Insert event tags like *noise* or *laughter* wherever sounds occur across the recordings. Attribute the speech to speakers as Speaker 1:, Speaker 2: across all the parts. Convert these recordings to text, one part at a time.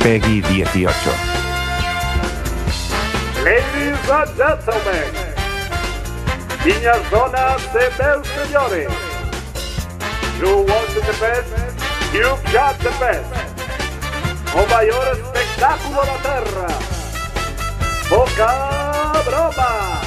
Speaker 1: Peggy 18.
Speaker 2: Ladies and gentlemen, niñas, donas y bells señores, you want the best, you got the best. O mayor espectáculo de la tierra, poca broma.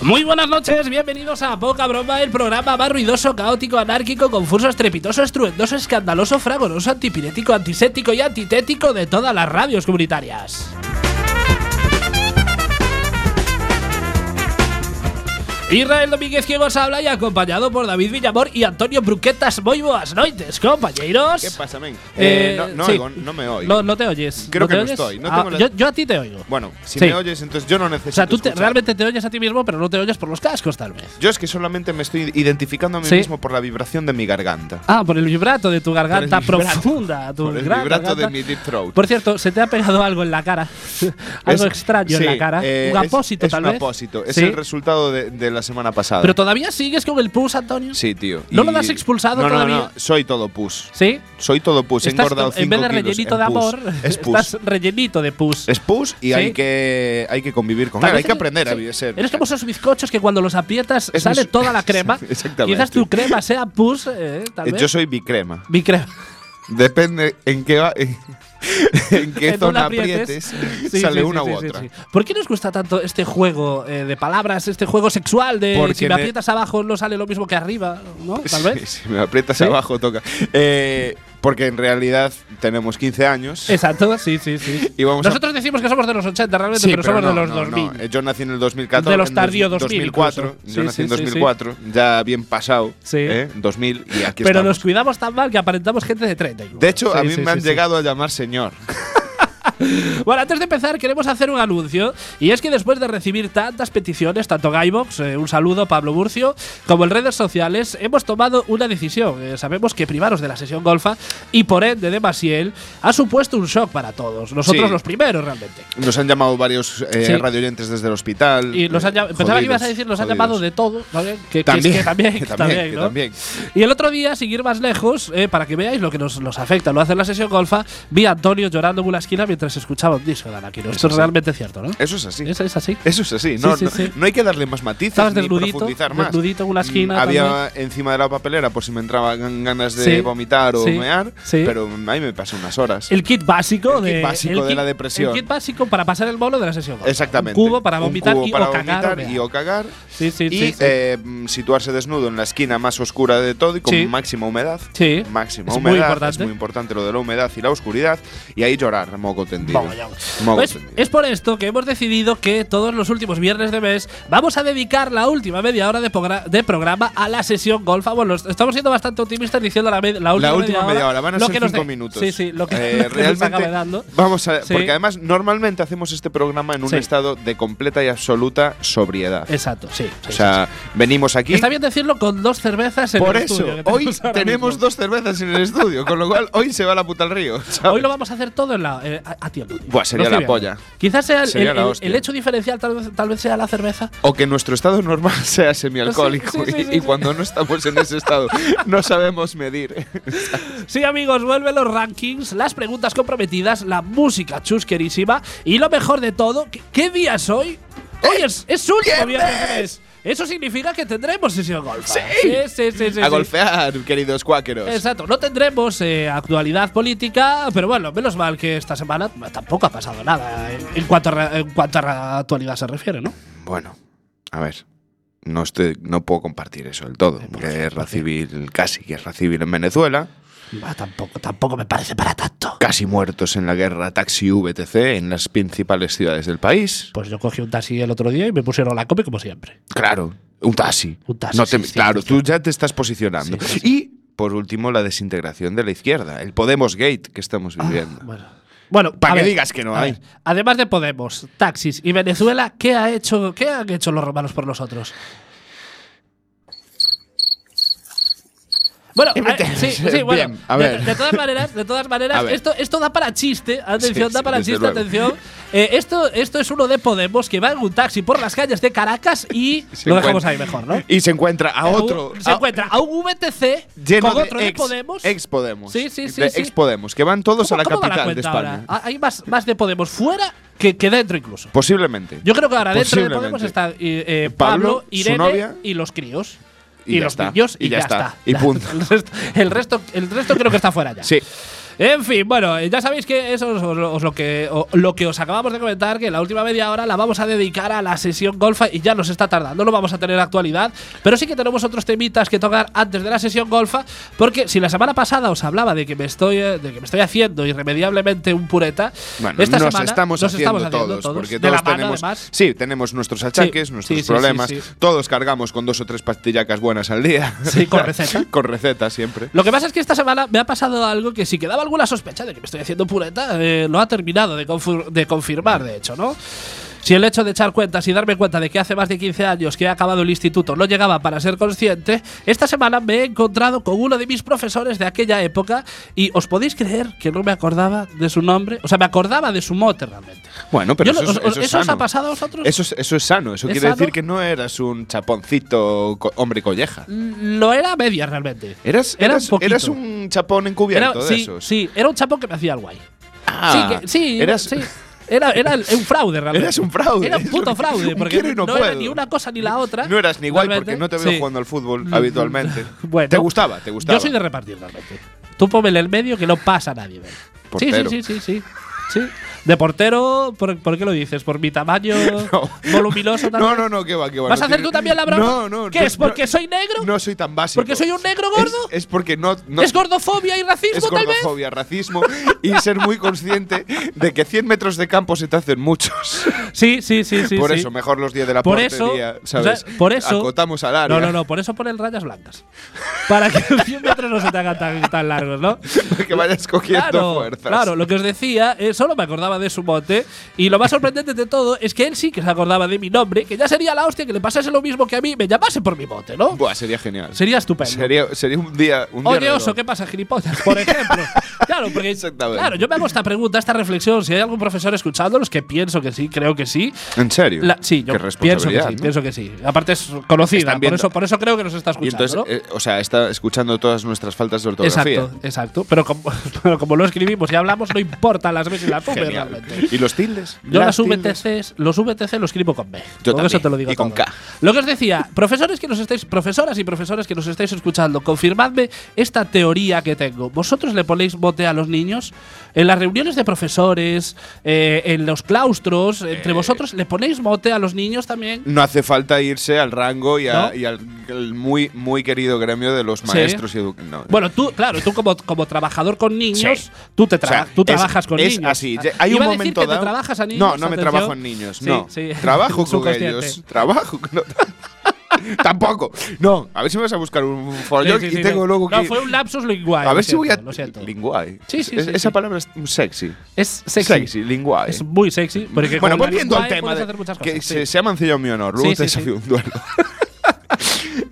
Speaker 3: Muy buenas noches, bienvenidos a Poca Broma, el programa más ruidoso, caótico, anárquico, confuso, estrepitoso, estruendoso, escandaloso, fragoroso, antipirético, antiséptico y antitético de todas las radios comunitarias. Israel Domínguez quien os habla y acompañado por David Villamor y Antonio Bruquetas. Muy buenas noches, compañeros.
Speaker 4: ¿Qué pasa, men?
Speaker 3: Eh,
Speaker 4: Eh, no, no
Speaker 3: sí.
Speaker 4: oigo, no me oigo.
Speaker 3: No, no te oyes.
Speaker 4: Creo
Speaker 3: ¿No te
Speaker 4: que no
Speaker 3: oyes?
Speaker 4: estoy, no
Speaker 3: Ah,
Speaker 4: tengo la-
Speaker 3: yo, yo a ti te oigo.
Speaker 4: Bueno, si
Speaker 3: Sí.
Speaker 4: me oyes, entonces yo no necesito.
Speaker 3: O sea, tú te-
Speaker 4: escuchar.
Speaker 3: realmente te oyes a ti mismo, pero no te oyes por los cascos, tal vez.
Speaker 4: Yo es que solamente me estoy identificando a mí
Speaker 3: Sí.
Speaker 4: mismo por la vibración de mi garganta.
Speaker 3: Ah, por el vibrato de tu garganta
Speaker 4: Por el vibrato.
Speaker 3: profunda. Tu
Speaker 4: por el
Speaker 3: gran
Speaker 4: vibrato
Speaker 3: garganta.
Speaker 4: de mi deep throat.
Speaker 3: Por cierto, se te ha pegado algo en la cara.
Speaker 4: *laughs*
Speaker 3: algo
Speaker 4: Es-
Speaker 3: extraño en
Speaker 4: sí,
Speaker 3: la cara.
Speaker 4: eh,
Speaker 3: un
Speaker 4: es-
Speaker 3: apósito,
Speaker 4: es
Speaker 3: tal
Speaker 4: un
Speaker 3: vez.
Speaker 4: apósito. Es
Speaker 3: Sí.
Speaker 4: el resultado de, de la semana pasada.
Speaker 3: Pero todavía sigues con el pus, Antonio.
Speaker 4: sí, tío.
Speaker 3: ¿No
Speaker 4: Y-
Speaker 3: lo das expulsado
Speaker 4: no, no,
Speaker 3: todavía?
Speaker 4: no, soy todo pus.
Speaker 3: ¿Sí?
Speaker 4: Soy todo pus. He
Speaker 3: Estás
Speaker 4: engordado
Speaker 3: to-
Speaker 4: 5
Speaker 3: en vez de
Speaker 4: kilos.
Speaker 3: rellenito
Speaker 4: en
Speaker 3: de
Speaker 4: pus.
Speaker 3: amor,
Speaker 4: *laughs*
Speaker 3: *laughs*
Speaker 4: Es pus.
Speaker 3: estás rellenito de pus.
Speaker 4: Es pus y
Speaker 3: Sí.
Speaker 4: hay, que, hay que convivir con
Speaker 3: Tal
Speaker 4: él. Hay
Speaker 3: vez
Speaker 4: que
Speaker 3: eres-
Speaker 4: aprender a
Speaker 3: sí,
Speaker 4: vivir. ser- Eh,
Speaker 3: Eres como esos bizcochos que cuando los aprietas
Speaker 4: Es
Speaker 3: sale
Speaker 4: mis-
Speaker 3: toda
Speaker 4: *laughs*
Speaker 3: la crema.
Speaker 4: Exactamente.
Speaker 3: Quizás tu crema sea pus, eh, tal
Speaker 4: Eh,
Speaker 3: vez.
Speaker 4: Yo soy bicrema.
Speaker 3: Mi crema.
Speaker 4: Depende en qué, va- en, *laughs* en qué
Speaker 3: En dónde
Speaker 4: zona
Speaker 3: Eh, aprietes.
Speaker 4: aprietes, eh,
Speaker 3: Sí,
Speaker 4: sale
Speaker 3: sí,
Speaker 4: una
Speaker 3: sí,
Speaker 4: u
Speaker 3: sí,
Speaker 4: otra.
Speaker 3: sí. ¿Por qué nos gusta tanto este juego eh, de palabras, este juego sexual de
Speaker 4: Porque
Speaker 3: si me
Speaker 4: ne-
Speaker 3: aprietas abajo no sale lo mismo que arriba, ¿no? Tal
Speaker 4: *laughs* Sí,
Speaker 3: vez.
Speaker 4: si me aprietas
Speaker 3: ¿Sí?
Speaker 4: abajo, toca. Eh, porque en realidad tenemos 15 años.
Speaker 3: Exacto, sí, sí, sí.
Speaker 4: Y vamos a-
Speaker 3: Nosotros decimos que somos de los 80 realmente,
Speaker 4: Sí,
Speaker 3: pero, somos
Speaker 4: no,
Speaker 3: de los
Speaker 4: no,
Speaker 3: 2000.
Speaker 4: no. Eh, Yo nací en el 2014.
Speaker 3: De los
Speaker 4: en
Speaker 3: tardío 2000
Speaker 4: 2004.
Speaker 3: incluso.
Speaker 4: Yo
Speaker 3: Sí,
Speaker 4: nací en
Speaker 3: sí, sí,
Speaker 4: 2004. Ya bien pasado.
Speaker 3: Sí.
Speaker 4: ¿eh? 2000 y aquí
Speaker 3: pero
Speaker 4: estamos.
Speaker 3: nos cuidamos tan mal que aparentamos gente de 30.
Speaker 4: De hecho, a
Speaker 3: Sí,
Speaker 4: mí
Speaker 3: sí,
Speaker 4: me han
Speaker 3: sí, sí.
Speaker 4: llegado a llamar señor.
Speaker 3: Bueno, antes de empezar, queremos hacer un anuncio. Y es que después de recibir tantas peticiones, tanto Guybox, eh, un saludo, Pablo Burcio, como en redes sociales, hemos tomado una decisión. Eh, sabemos que privaros de la sesión golfa y por ende de Masiel ha supuesto un shock para todos. Nosotros
Speaker 4: Sí.
Speaker 3: los primeros, realmente.
Speaker 4: Nos han llamado varios eh,
Speaker 3: Sí.
Speaker 4: radioyentes desde el hospital.
Speaker 3: Y nos han llam-
Speaker 4: Eh,
Speaker 3: pensaba que
Speaker 4: jodidos,
Speaker 3: ibas a decir, nos han
Speaker 4: jodidos.
Speaker 3: llamado de todo. ¿vale? Que, que-
Speaker 4: También,
Speaker 3: que también,
Speaker 4: *laughs* que
Speaker 3: que
Speaker 4: también,
Speaker 3: también,
Speaker 4: que
Speaker 3: ¿no?
Speaker 4: también.
Speaker 3: Y el otro día, sin ir más lejos, eh, para que veáis lo que nos, nos afecta, lo hace en la sesión golfa, vi a Antonio llorando en una esquina mientras escuchaba un disco de Anaquino. Esto es
Speaker 4: sí.
Speaker 3: realmente cierto, ¿no?
Speaker 4: Eso es así.
Speaker 3: Es, es así.
Speaker 4: Eso es así,
Speaker 3: Sí,
Speaker 4: no,
Speaker 3: sí,
Speaker 4: no,
Speaker 3: sí.
Speaker 4: no hay que darle más matices
Speaker 3: Estabas
Speaker 4: ni
Speaker 3: desnudito,
Speaker 4: profundizar más.
Speaker 3: desnudito en una esquina,
Speaker 4: Mm, Había encima de la papelera por si me entraban ganas de
Speaker 3: Sí,
Speaker 4: vomitar o
Speaker 3: sí,
Speaker 4: mear,
Speaker 3: sí.
Speaker 4: pero ahí me pasé unas horas.
Speaker 3: El kit básico,
Speaker 4: El
Speaker 3: de,
Speaker 4: kit básico de la depresión.
Speaker 3: El kit básico para pasar el bolo de la sesión. golfa.
Speaker 4: Exactamente.
Speaker 3: Un cubo para
Speaker 4: Un
Speaker 3: vomitar
Speaker 4: cubo
Speaker 3: y
Speaker 4: para
Speaker 3: o cagar. o
Speaker 4: vomitar
Speaker 3: mear.
Speaker 4: y o cagar.
Speaker 3: sí, sí,
Speaker 4: y
Speaker 3: sí. sí.
Speaker 4: eh, mm, situarse desnudo en la esquina más oscura de todo y con
Speaker 3: Sí.
Speaker 4: máxima humedad.
Speaker 3: Sí.
Speaker 4: Máxima
Speaker 3: Es muy
Speaker 4: humedad. Es
Speaker 3: importante.
Speaker 4: muy importante lo de la humedad y la oscuridad. Y ahí llorar, moco tendido.
Speaker 3: Mogollón.
Speaker 4: Moco
Speaker 3: Pues,
Speaker 4: tendido.
Speaker 3: es por esto que hemos decidido que todos los últimos viernes de mes vamos a dedicar la última media hora de, pogra- de programa a la sesión golfa. Bueno, los- estamos siendo bastante optimistas diciendo la, me- la última,
Speaker 4: la última media hora, van a
Speaker 3: lo
Speaker 4: ser
Speaker 3: que nos
Speaker 4: cinco
Speaker 3: dé.
Speaker 4: minutos.
Speaker 3: Sí, sí, lo que, *laughs*
Speaker 4: Eh,
Speaker 3: lo que nos
Speaker 4: realmente
Speaker 3: acabe dando.
Speaker 4: Vamos a,
Speaker 3: Sí.
Speaker 4: porque además normalmente hacemos este programa en un
Speaker 3: Sí.
Speaker 4: estado de completa y absoluta sobriedad.
Speaker 3: Exacto, sí. sí,
Speaker 4: o sea, venimos
Speaker 3: sí.
Speaker 4: aquí.
Speaker 3: Está bien decirlo con dos cervezas en
Speaker 4: por
Speaker 3: el
Speaker 4: eso,
Speaker 3: estudio que
Speaker 4: hoy
Speaker 3: ahora
Speaker 4: tenemos
Speaker 3: mismo.
Speaker 4: dos cervezas en el estudio, con lo cual hoy se va la puta al río. ¿sabes?
Speaker 3: *laughs* Hoy lo vamos a hacer todo en la, eh, a, a tiempo. tío.
Speaker 4: Buah, sería
Speaker 3: Lo estoy
Speaker 4: la
Speaker 3: viendo.
Speaker 4: polla.
Speaker 3: Quizás sea el,
Speaker 4: Sería
Speaker 3: el-
Speaker 4: la
Speaker 3: el-
Speaker 4: hostia.
Speaker 3: el hecho diferencial, tal vez, tal vez sea la cerveza.
Speaker 4: O que nuestro estado normal *laughs* sea semialcohólico
Speaker 3: Sí, sí, sí,
Speaker 4: y,
Speaker 3: sí, sí.
Speaker 4: y cuando no estamos en ese estado no sabemos medir.
Speaker 3: Sí, amigos, vuelven los rankings, las preguntas comprometidas, la música chusquerísima y lo mejor de todo, ¿qué, qué día es hoy?
Speaker 4: Eh,
Speaker 3: Hoy es, es último viernes de mes. Eso significa que tendremos sesión golf. Sí, sí, sí. sí,
Speaker 4: a
Speaker 3: sí.
Speaker 4: golfear, queridos cuáqueros.
Speaker 3: Exacto, no tendremos eh, actualidad política, pero bueno, menos mal que esta semana tampoco ha pasado nada eh, en, en cuanto, a, ra- en cuanto a ra- actualidad se refiere, ¿no?
Speaker 4: Bueno, a ver. No, estoy, no puedo compartir eso del todo.
Speaker 3: Eh,
Speaker 4: Porque es recibir, casi que es recibir en Venezuela,
Speaker 3: Ah, tampoco, tampoco me parece para tanto.
Speaker 4: casi muertos en la guerra taxi-VTC en las principales ciudades del país.
Speaker 3: Pues yo cogí un taxi el otro día y me pusieron la copia como siempre.
Speaker 4: Claro, un taxi.
Speaker 3: Un taxi,
Speaker 4: No te-
Speaker 3: sí, sí,
Speaker 4: claro,
Speaker 3: sí,
Speaker 4: tú
Speaker 3: sí.
Speaker 4: ya te estás posicionando.
Speaker 3: Sí, sí,
Speaker 4: Y por último, la desintegración de la izquierda, el Podemos Gate que estamos viviendo.
Speaker 3: Ah, Bueno, bueno
Speaker 4: Para
Speaker 3: a
Speaker 4: que
Speaker 3: ver,
Speaker 4: digas que no
Speaker 3: a
Speaker 4: hay.
Speaker 3: ver, Además de Podemos, taxis y Venezuela, ¿qué, ha hecho, ¿qué han hecho los romanos por nosotros?
Speaker 4: *laughs*
Speaker 3: Bueno, a-
Speaker 4: Vete.
Speaker 3: sí, sí, bueno,
Speaker 4: Bien, a
Speaker 3: de-
Speaker 4: ver.
Speaker 3: De, todas maneras, de todas
Speaker 4: *laughs* A
Speaker 3: maneras,
Speaker 4: ver.
Speaker 3: esto, esto da para chiste, atención,
Speaker 4: Sí,
Speaker 3: da
Speaker 4: sí,
Speaker 3: para
Speaker 4: desde
Speaker 3: chiste,
Speaker 4: luego. *laughs*
Speaker 3: atención. Eh, esto, esto es uno de Podemos que va en un taxi por las calles de Caracas y
Speaker 4: Se
Speaker 3: lo dejamos
Speaker 4: encuentra-
Speaker 3: ahí mejor, ¿no? Eh,
Speaker 4: Y se encuentra a otro.
Speaker 3: Se
Speaker 4: a-
Speaker 3: encuentra a un VTC
Speaker 4: lleno
Speaker 3: con otro de,
Speaker 4: ex,
Speaker 3: Podemos.
Speaker 4: Ex Podemos.
Speaker 3: Sí, sí, sí,
Speaker 4: De
Speaker 3: sí.
Speaker 4: Ex Podemos, que van todos a
Speaker 3: ¿Cómo-
Speaker 4: la
Speaker 3: cómo da
Speaker 4: capital de
Speaker 3: cuenta
Speaker 4: España.
Speaker 3: ahora? Ah, Hay más, más de Podemos fuera que, que dentro incluso.
Speaker 4: Posiblemente.
Speaker 3: Yo creo que ahora dentro de
Speaker 4: Posiblemente.
Speaker 3: Podemos están eh, eh,
Speaker 4: Pablo,
Speaker 3: Pablo,
Speaker 4: su
Speaker 3: Irene
Speaker 4: novia,
Speaker 3: y los críos.
Speaker 4: y
Speaker 3: Y,
Speaker 4: ya
Speaker 3: los
Speaker 4: está.
Speaker 3: niños
Speaker 4: Y
Speaker 3: y,
Speaker 4: ya
Speaker 3: ya,
Speaker 4: está.
Speaker 3: está.
Speaker 4: Y punto.
Speaker 3: *laughs* El resto, el, resto, el resto creo que está fuera ya.
Speaker 4: Sí.
Speaker 3: En fin, bueno, eh, ya sabéis que eso es os- os lo que, o- lo que os acabamos de comentar, que la última media hora la vamos a dedicar a la sesión golfa y ya nos está tardando, no vamos a tener actualidad, pero sí que tenemos otros temitas que tocar antes de la sesión golfa, porque si la semana pasada os hablaba de que me estoy, eh, de que me estoy haciendo irremediablemente un pureta,
Speaker 4: Bueno,
Speaker 3: esta
Speaker 4: nos,
Speaker 3: semana
Speaker 4: estamos
Speaker 3: nos
Speaker 4: haciendo
Speaker 3: estamos haciendo
Speaker 4: todos, porque
Speaker 3: de
Speaker 4: todos
Speaker 3: la mano,
Speaker 4: tenemos,
Speaker 3: además.
Speaker 4: sí, tenemos nuestros achaques,
Speaker 3: Sí,
Speaker 4: nuestros
Speaker 3: sí, sí,
Speaker 4: problemas,
Speaker 3: sí, sí.
Speaker 4: todos cargamos con dos o tres pastillacas buenas al día.
Speaker 3: Sí,
Speaker 4: *laughs*
Speaker 3: con receta.
Speaker 4: con receta siempre.
Speaker 3: Lo que pasa es que esta semana me ha pasado algo que si quedaba alguna sospecha de que me estoy haciendo pureta, eh, lo ha terminado de, confir- de confirmar, de hecho, ¿no? Si el hecho de echar cuentas y darme cuenta de que hace más de 15 años que he acabado el instituto no llegaba para ser consciente, esta semana me he encontrado con uno de mis profesores de aquella época y os podéis creer que no me acordaba de su nombre, o sea, me acordaba de su mote realmente.
Speaker 4: Bueno, pero
Speaker 3: Yo no-
Speaker 4: eso, es-
Speaker 3: os-
Speaker 4: eso
Speaker 3: os
Speaker 4: es
Speaker 3: ha
Speaker 4: sano.
Speaker 3: pasado a vosotros?
Speaker 4: Eso es, eso es sano, eso
Speaker 3: ¿Es
Speaker 4: quiere decir
Speaker 3: sano?
Speaker 4: que no eras un chaponcito co- hombre colleja.
Speaker 3: Lo era a medias realmente.
Speaker 4: Eras,
Speaker 3: Era
Speaker 4: eras,
Speaker 3: un poquito.
Speaker 4: eras un chapón
Speaker 3: Era-
Speaker 4: encubierto de
Speaker 3: sí,
Speaker 4: esos.
Speaker 3: sí, era un chapón que me hacía el guay.
Speaker 4: Ah,
Speaker 3: sí, que- sí,
Speaker 4: eras-
Speaker 3: sí. Era, era el- un fraude, realmente.
Speaker 4: Eras un fraude.
Speaker 3: Era un puto fraude,
Speaker 4: *laughs* Un
Speaker 3: porque
Speaker 4: quiero y no
Speaker 3: no, era
Speaker 4: puedo.
Speaker 3: ni una cosa ni la otra.
Speaker 4: No eras ni guay porque
Speaker 3: realmente.
Speaker 4: no te veo
Speaker 3: Sí. Mm,
Speaker 4: jugando al fútbol habitualmente.
Speaker 3: *laughs* Bueno.
Speaker 4: te gustaba, te gustaba.
Speaker 3: Yo soy de repartir, realmente. Tú ponme en el medio que no pasa nadie. ven. Sí,
Speaker 4: Portero.
Speaker 3: sí, sí, sí, sí. Sí. De portero, ¿por, por qué lo dices? ¿Por mi tamaño
Speaker 4: *laughs* No.
Speaker 3: voluminoso? tal
Speaker 4: No,
Speaker 3: vez?
Speaker 4: no, no, qué va, qué va.
Speaker 3: ¿Vas
Speaker 4: no
Speaker 3: a hacer
Speaker 4: tiene-
Speaker 3: tú también la broma?
Speaker 4: No, no.
Speaker 3: ¿Qué
Speaker 4: no,
Speaker 3: es, porque
Speaker 4: no-
Speaker 3: soy negro?
Speaker 4: No soy tan básico.
Speaker 3: ¿Porque soy un negro gordo?
Speaker 4: Es, es porque no. no
Speaker 3: ¿Es gordofobia y racismo,
Speaker 4: es
Speaker 3: tal vez?
Speaker 4: gordofobia, racismo y ser muy consciente de que 100 metros de campo se te hacen muchos.
Speaker 3: Sí, sí, sí, sí.
Speaker 4: por
Speaker 3: sí.
Speaker 4: eso, mejor los días de la
Speaker 3: por eso,
Speaker 4: portería,
Speaker 3: o sea,
Speaker 4: ¿sabes?
Speaker 3: por eso.
Speaker 4: Acotamos al área.
Speaker 3: No, no, no, por eso ponen rayas blancas. *laughs* Para que los 100 metros no se te hagan tan, tan largos,
Speaker 4: *laughs*
Speaker 3: ¿no?
Speaker 4: *laughs* que vayas cogiendo
Speaker 3: Claro,
Speaker 4: fuerzas.
Speaker 3: claro, lo que os decía, eh, solo me acordaba de su mote. Y lo más sorprendente de todo es que él sí que se acordaba de mi nombre, que ya sería la hostia que le pasase lo mismo que a mí, me llamase por mi mote, ¿no?
Speaker 4: Buah, sería genial.
Speaker 3: Sería estupendo.
Speaker 4: Sería, sería un día. Un día
Speaker 3: Oye, oso,
Speaker 4: redondo.
Speaker 3: ¿qué pasa, gilipollas? Por
Speaker 4: *laughs*
Speaker 3: ejemplo. claro, porque.
Speaker 4: Exactamente.
Speaker 3: Claro, yo me hago esta pregunta, esta reflexión. Si hay algún profesor escuchando, los que pienso que sí, creo que sí.
Speaker 4: ¿En serio?
Speaker 3: La- sí, yo
Speaker 4: Qué
Speaker 3: pienso que
Speaker 4: responsabilidad,
Speaker 3: sí,
Speaker 4: ¿no?
Speaker 3: pienso que sí. Aparte es conocida,
Speaker 4: Están
Speaker 3: por
Speaker 4: viendo-
Speaker 3: eso, por eso creo que nos está
Speaker 4: Y
Speaker 3: escuchando.
Speaker 4: entonces,
Speaker 3: ¿no?
Speaker 4: eh, o sea, está escuchando todas nuestras faltas de ortografía.
Speaker 3: Exacto, exacto. Pero como, *laughs* pero como lo escribimos y hablamos, no importa las veces y las V
Speaker 4: Genial.
Speaker 3: realmente.
Speaker 4: ¿Y los tildes?
Speaker 3: Yo las
Speaker 4: tildes?
Speaker 3: VTCs, los VTC los escribo con B.
Speaker 4: Yo
Speaker 3: con eso
Speaker 4: también,
Speaker 3: te lo digo
Speaker 4: y con
Speaker 3: todo.
Speaker 4: K.
Speaker 3: Lo que os decía, profesores que nos estáis, profesoras y profesores que nos estáis escuchando, confirmadme esta teoría que tengo. ¿Vosotros le ponéis bote a los niños? En las reuniones de profesores, eh, en los claustros,
Speaker 4: Eh.
Speaker 3: entre vosotros, ¿le ponéis bote a los niños también?
Speaker 4: No hace falta irse al rango y, a-
Speaker 3: ¿No?
Speaker 4: y al al muy, muy querido gremio de los
Speaker 3: Sí.
Speaker 4: maestros y edu- no.
Speaker 3: Bueno, tú, claro, tú como, como trabajador con niños,
Speaker 4: Sí.
Speaker 3: tú, te
Speaker 4: O sea,
Speaker 3: traba- tú
Speaker 4: es-
Speaker 3: trabajas con
Speaker 4: es
Speaker 3: niños.
Speaker 4: así. Ya- Hay
Speaker 3: Iba
Speaker 4: un
Speaker 3: a decir
Speaker 4: momento
Speaker 3: que te
Speaker 4: dado-
Speaker 3: trabajas a niños.
Speaker 4: No, no me
Speaker 3: atención.
Speaker 4: trabajo en niños.
Speaker 3: Sí,
Speaker 4: no.
Speaker 3: sí.
Speaker 4: *laughs*
Speaker 3: *laughs*
Speaker 4: Trabajo con
Speaker 3: Subconsciente.
Speaker 4: ellos. *laughs* Trabajo con *laughs* Tampoco. No. A ver si me vas a buscar un
Speaker 3: Sí,
Speaker 4: follón
Speaker 3: sí,
Speaker 4: y
Speaker 3: sí,
Speaker 4: tengo
Speaker 3: sí.
Speaker 4: luego
Speaker 3: No,
Speaker 4: que.
Speaker 3: fue un lapsus lingual.
Speaker 4: a
Speaker 3: lo
Speaker 4: ver si voy a.
Speaker 3: siento, Lo siento.
Speaker 4: Linguae.
Speaker 3: Sí, sí,
Speaker 4: Es-
Speaker 3: sí,
Speaker 4: esa
Speaker 3: sí.
Speaker 4: palabra es sexy. eh.
Speaker 3: Es sexy.
Speaker 4: linguae.
Speaker 3: Es muy sexy. Porque
Speaker 4: Bueno,
Speaker 3: con la
Speaker 4: volviendo al
Speaker 3: linguae
Speaker 4: tema
Speaker 3: puedes
Speaker 4: de-
Speaker 3: hacer muchas
Speaker 4: que
Speaker 3: cosas, sí.
Speaker 4: se, se ha mancillado mi honor, luego
Speaker 3: Sí,
Speaker 4: te
Speaker 3: sí,
Speaker 4: desafío un duelo. *laughs*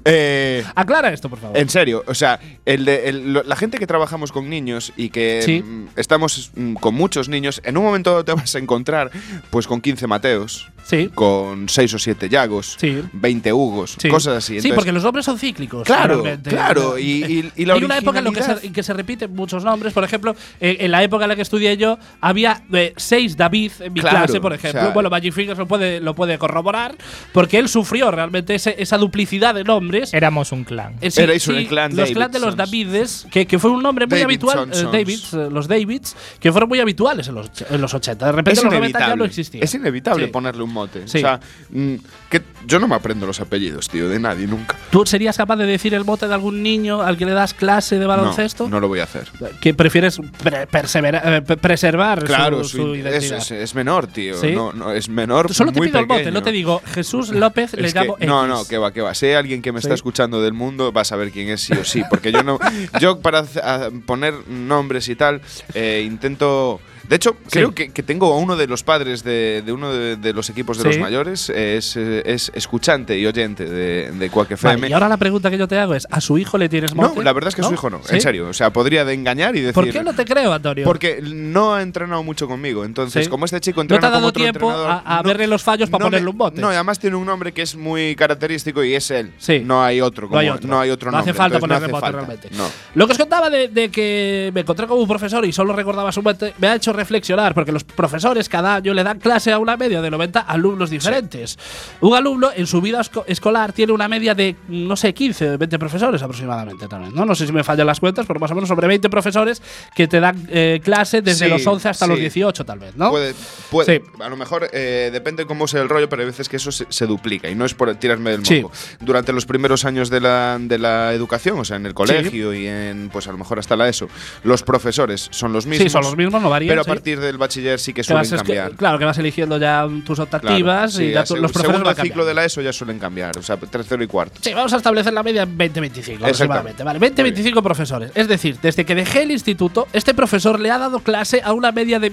Speaker 4: Eh,
Speaker 3: Aclara esto, por favor.
Speaker 4: en serio, o sea, el de- el- lo- la gente que trabajamos con niños y que
Speaker 3: Sí.
Speaker 4: mm, estamos mm, con muchos niños, en un momento dado te vas a encontrar pues con 15 Mateos,
Speaker 3: sí.
Speaker 4: con 6 o 7 Yagos,
Speaker 3: Sí.
Speaker 4: 20 Hugos,
Speaker 3: Sí.
Speaker 4: cosas así.
Speaker 3: sí,
Speaker 4: Entonces,
Speaker 3: porque los nombres son cíclicos.
Speaker 4: Claro,
Speaker 3: realmente.
Speaker 4: claro, y- y- y la
Speaker 3: Hay una época en, lo que
Speaker 4: originalidad.
Speaker 3: se, en que se repiten muchos nombres. Por ejemplo, eh, en la época en la que estudié yo, había eh, seis David en mi
Speaker 4: Claro,
Speaker 3: clase, por
Speaker 4: o
Speaker 3: ejemplo.
Speaker 4: sea-
Speaker 3: bueno, Magic Fingers lo puede, lo puede corroborar, porque él sufrió realmente ese- esa duplicidad de nombres.
Speaker 1: Éramos un clan.
Speaker 3: Eh, sí,
Speaker 4: Erais un
Speaker 3: sí,
Speaker 4: clan
Speaker 3: los clan de los
Speaker 4: Davidsons.
Speaker 3: Davides, que, que fue un nombre muy habitual, eh,
Speaker 4: Davidsonsons.
Speaker 3: Davids, eh, los Davids, que fueron muy habituales en los, och- en los 80. De repente
Speaker 4: es
Speaker 3: en los 90 ya no
Speaker 4: inevitable,
Speaker 3: existía.
Speaker 4: es inevitable
Speaker 3: Sí.
Speaker 4: ponerle un mote.
Speaker 3: Sí.
Speaker 4: O sea, mm, que yo no me aprendo los apellidos, tío, de nadie, nunca.
Speaker 3: ¿Tú serías capaz de decir el mote de algún niño al que le das clase de
Speaker 4: No,
Speaker 3: baloncesto?
Speaker 4: No, lo voy a hacer.
Speaker 3: Que prefieres pre- persevera- eh, pre- preservar su-
Speaker 4: Claro,
Speaker 3: su,
Speaker 4: su in- es,
Speaker 3: identidad.
Speaker 4: es- es menor, tío.
Speaker 3: Sí.
Speaker 4: No, no, es menor.
Speaker 3: Solo te
Speaker 4: muy
Speaker 3: pido el mote,
Speaker 4: pequeño.
Speaker 3: no te digo Jesús López, le
Speaker 4: Es que-
Speaker 3: llamo
Speaker 4: no,
Speaker 3: X.
Speaker 4: no, que va, que va. Si hay alguien que me
Speaker 3: Sí.
Speaker 4: está escuchando del mundo, va a saber quién es sí o sí. Porque yo no. yo para hace- a- poner nombres y tal, eh, intento. De hecho, creo que, que tengo a uno de los padres de, de uno de, de los equipos de
Speaker 3: Sí.
Speaker 4: los mayores, eh, es, eh, es escuchante y oyente de, de Quack
Speaker 3: Vale,
Speaker 4: FM.
Speaker 3: y ahora la pregunta que yo te hago es, ¿a su hijo le tienes
Speaker 4: no,
Speaker 3: mote?
Speaker 4: la verdad es que su hijo no,
Speaker 3: ¿Sí?
Speaker 4: en serio. O sea, podría de engañar y decir.
Speaker 3: ¿Por qué no te creo, Antonio?
Speaker 4: Porque no ha entrenado mucho conmigo. Entonces,
Speaker 3: Sí.
Speaker 4: como este chico
Speaker 3: no
Speaker 4: entrena
Speaker 3: te ha
Speaker 4: como
Speaker 3: dado
Speaker 4: otro
Speaker 3: tiempo a,
Speaker 4: entrenador,
Speaker 3: a
Speaker 4: no-
Speaker 3: verle los fallos para
Speaker 4: no me-
Speaker 3: ponerle un bote.
Speaker 4: No, y además tiene un nombre que es muy característico y es él.
Speaker 3: Sí.
Speaker 4: No hay otro.
Speaker 3: No hay
Speaker 4: como-
Speaker 3: otro.
Speaker 4: No hay otro
Speaker 3: No hace
Speaker 4: nombre.
Speaker 3: falta
Speaker 4: entonces
Speaker 3: ponerle
Speaker 4: no hace
Speaker 3: mote
Speaker 4: falta.
Speaker 3: realmente.
Speaker 4: No.
Speaker 3: Lo que os contaba de, de que me encontré con un profesor y solo recordaba su mote, me ha hecho reflexionar, porque los profesores cada año le dan clase a una media de 90 alumnos diferentes. Un alumno en su vida esco- escolar tiene una media de, no sé, 15, 20 profesores aproximadamente también. No, no sé si me fallan las cuentas, pero más o menos sobre 20 profesores que te dan eh, clase desde
Speaker 4: Sí,
Speaker 3: los 11 hasta
Speaker 4: sí.
Speaker 3: los 18 tal vez, ¿no?
Speaker 4: Puede, puede.
Speaker 3: Sí.
Speaker 4: A lo mejor eh, depende cómo sea el rollo, pero hay veces que eso se, se duplica y no es por tirarme del
Speaker 3: Sí.
Speaker 4: moco. Durante los primeros años de la, de la educación, o sea, en el colegio y en, pues a lo mejor hasta la ESO, los profesores son los mismos.
Speaker 3: Sí, son los mismos, no varían.
Speaker 4: Pero a
Speaker 3: sí.
Speaker 4: partir del bachiller sí que
Speaker 3: Que
Speaker 4: suelen
Speaker 3: vas esque-
Speaker 4: cambiar.
Speaker 3: claro, que vas eligiendo ya tus
Speaker 4: Claro,
Speaker 3: optativas
Speaker 4: sí,
Speaker 3: y ya
Speaker 4: a
Speaker 3: tu-
Speaker 4: seg-
Speaker 3: los profesores
Speaker 4: segundo
Speaker 3: van
Speaker 4: ciclo
Speaker 3: cambiando.
Speaker 4: de la ESO ya suelen cambiar, o sea, tercero y cuarto.
Speaker 3: Sí, vamos a establecer la media en 20-25 aproximadamente. Vale, 20-25 profesores. Es decir, desde que dejé el instituto, este profesor le ha dado clase a una media de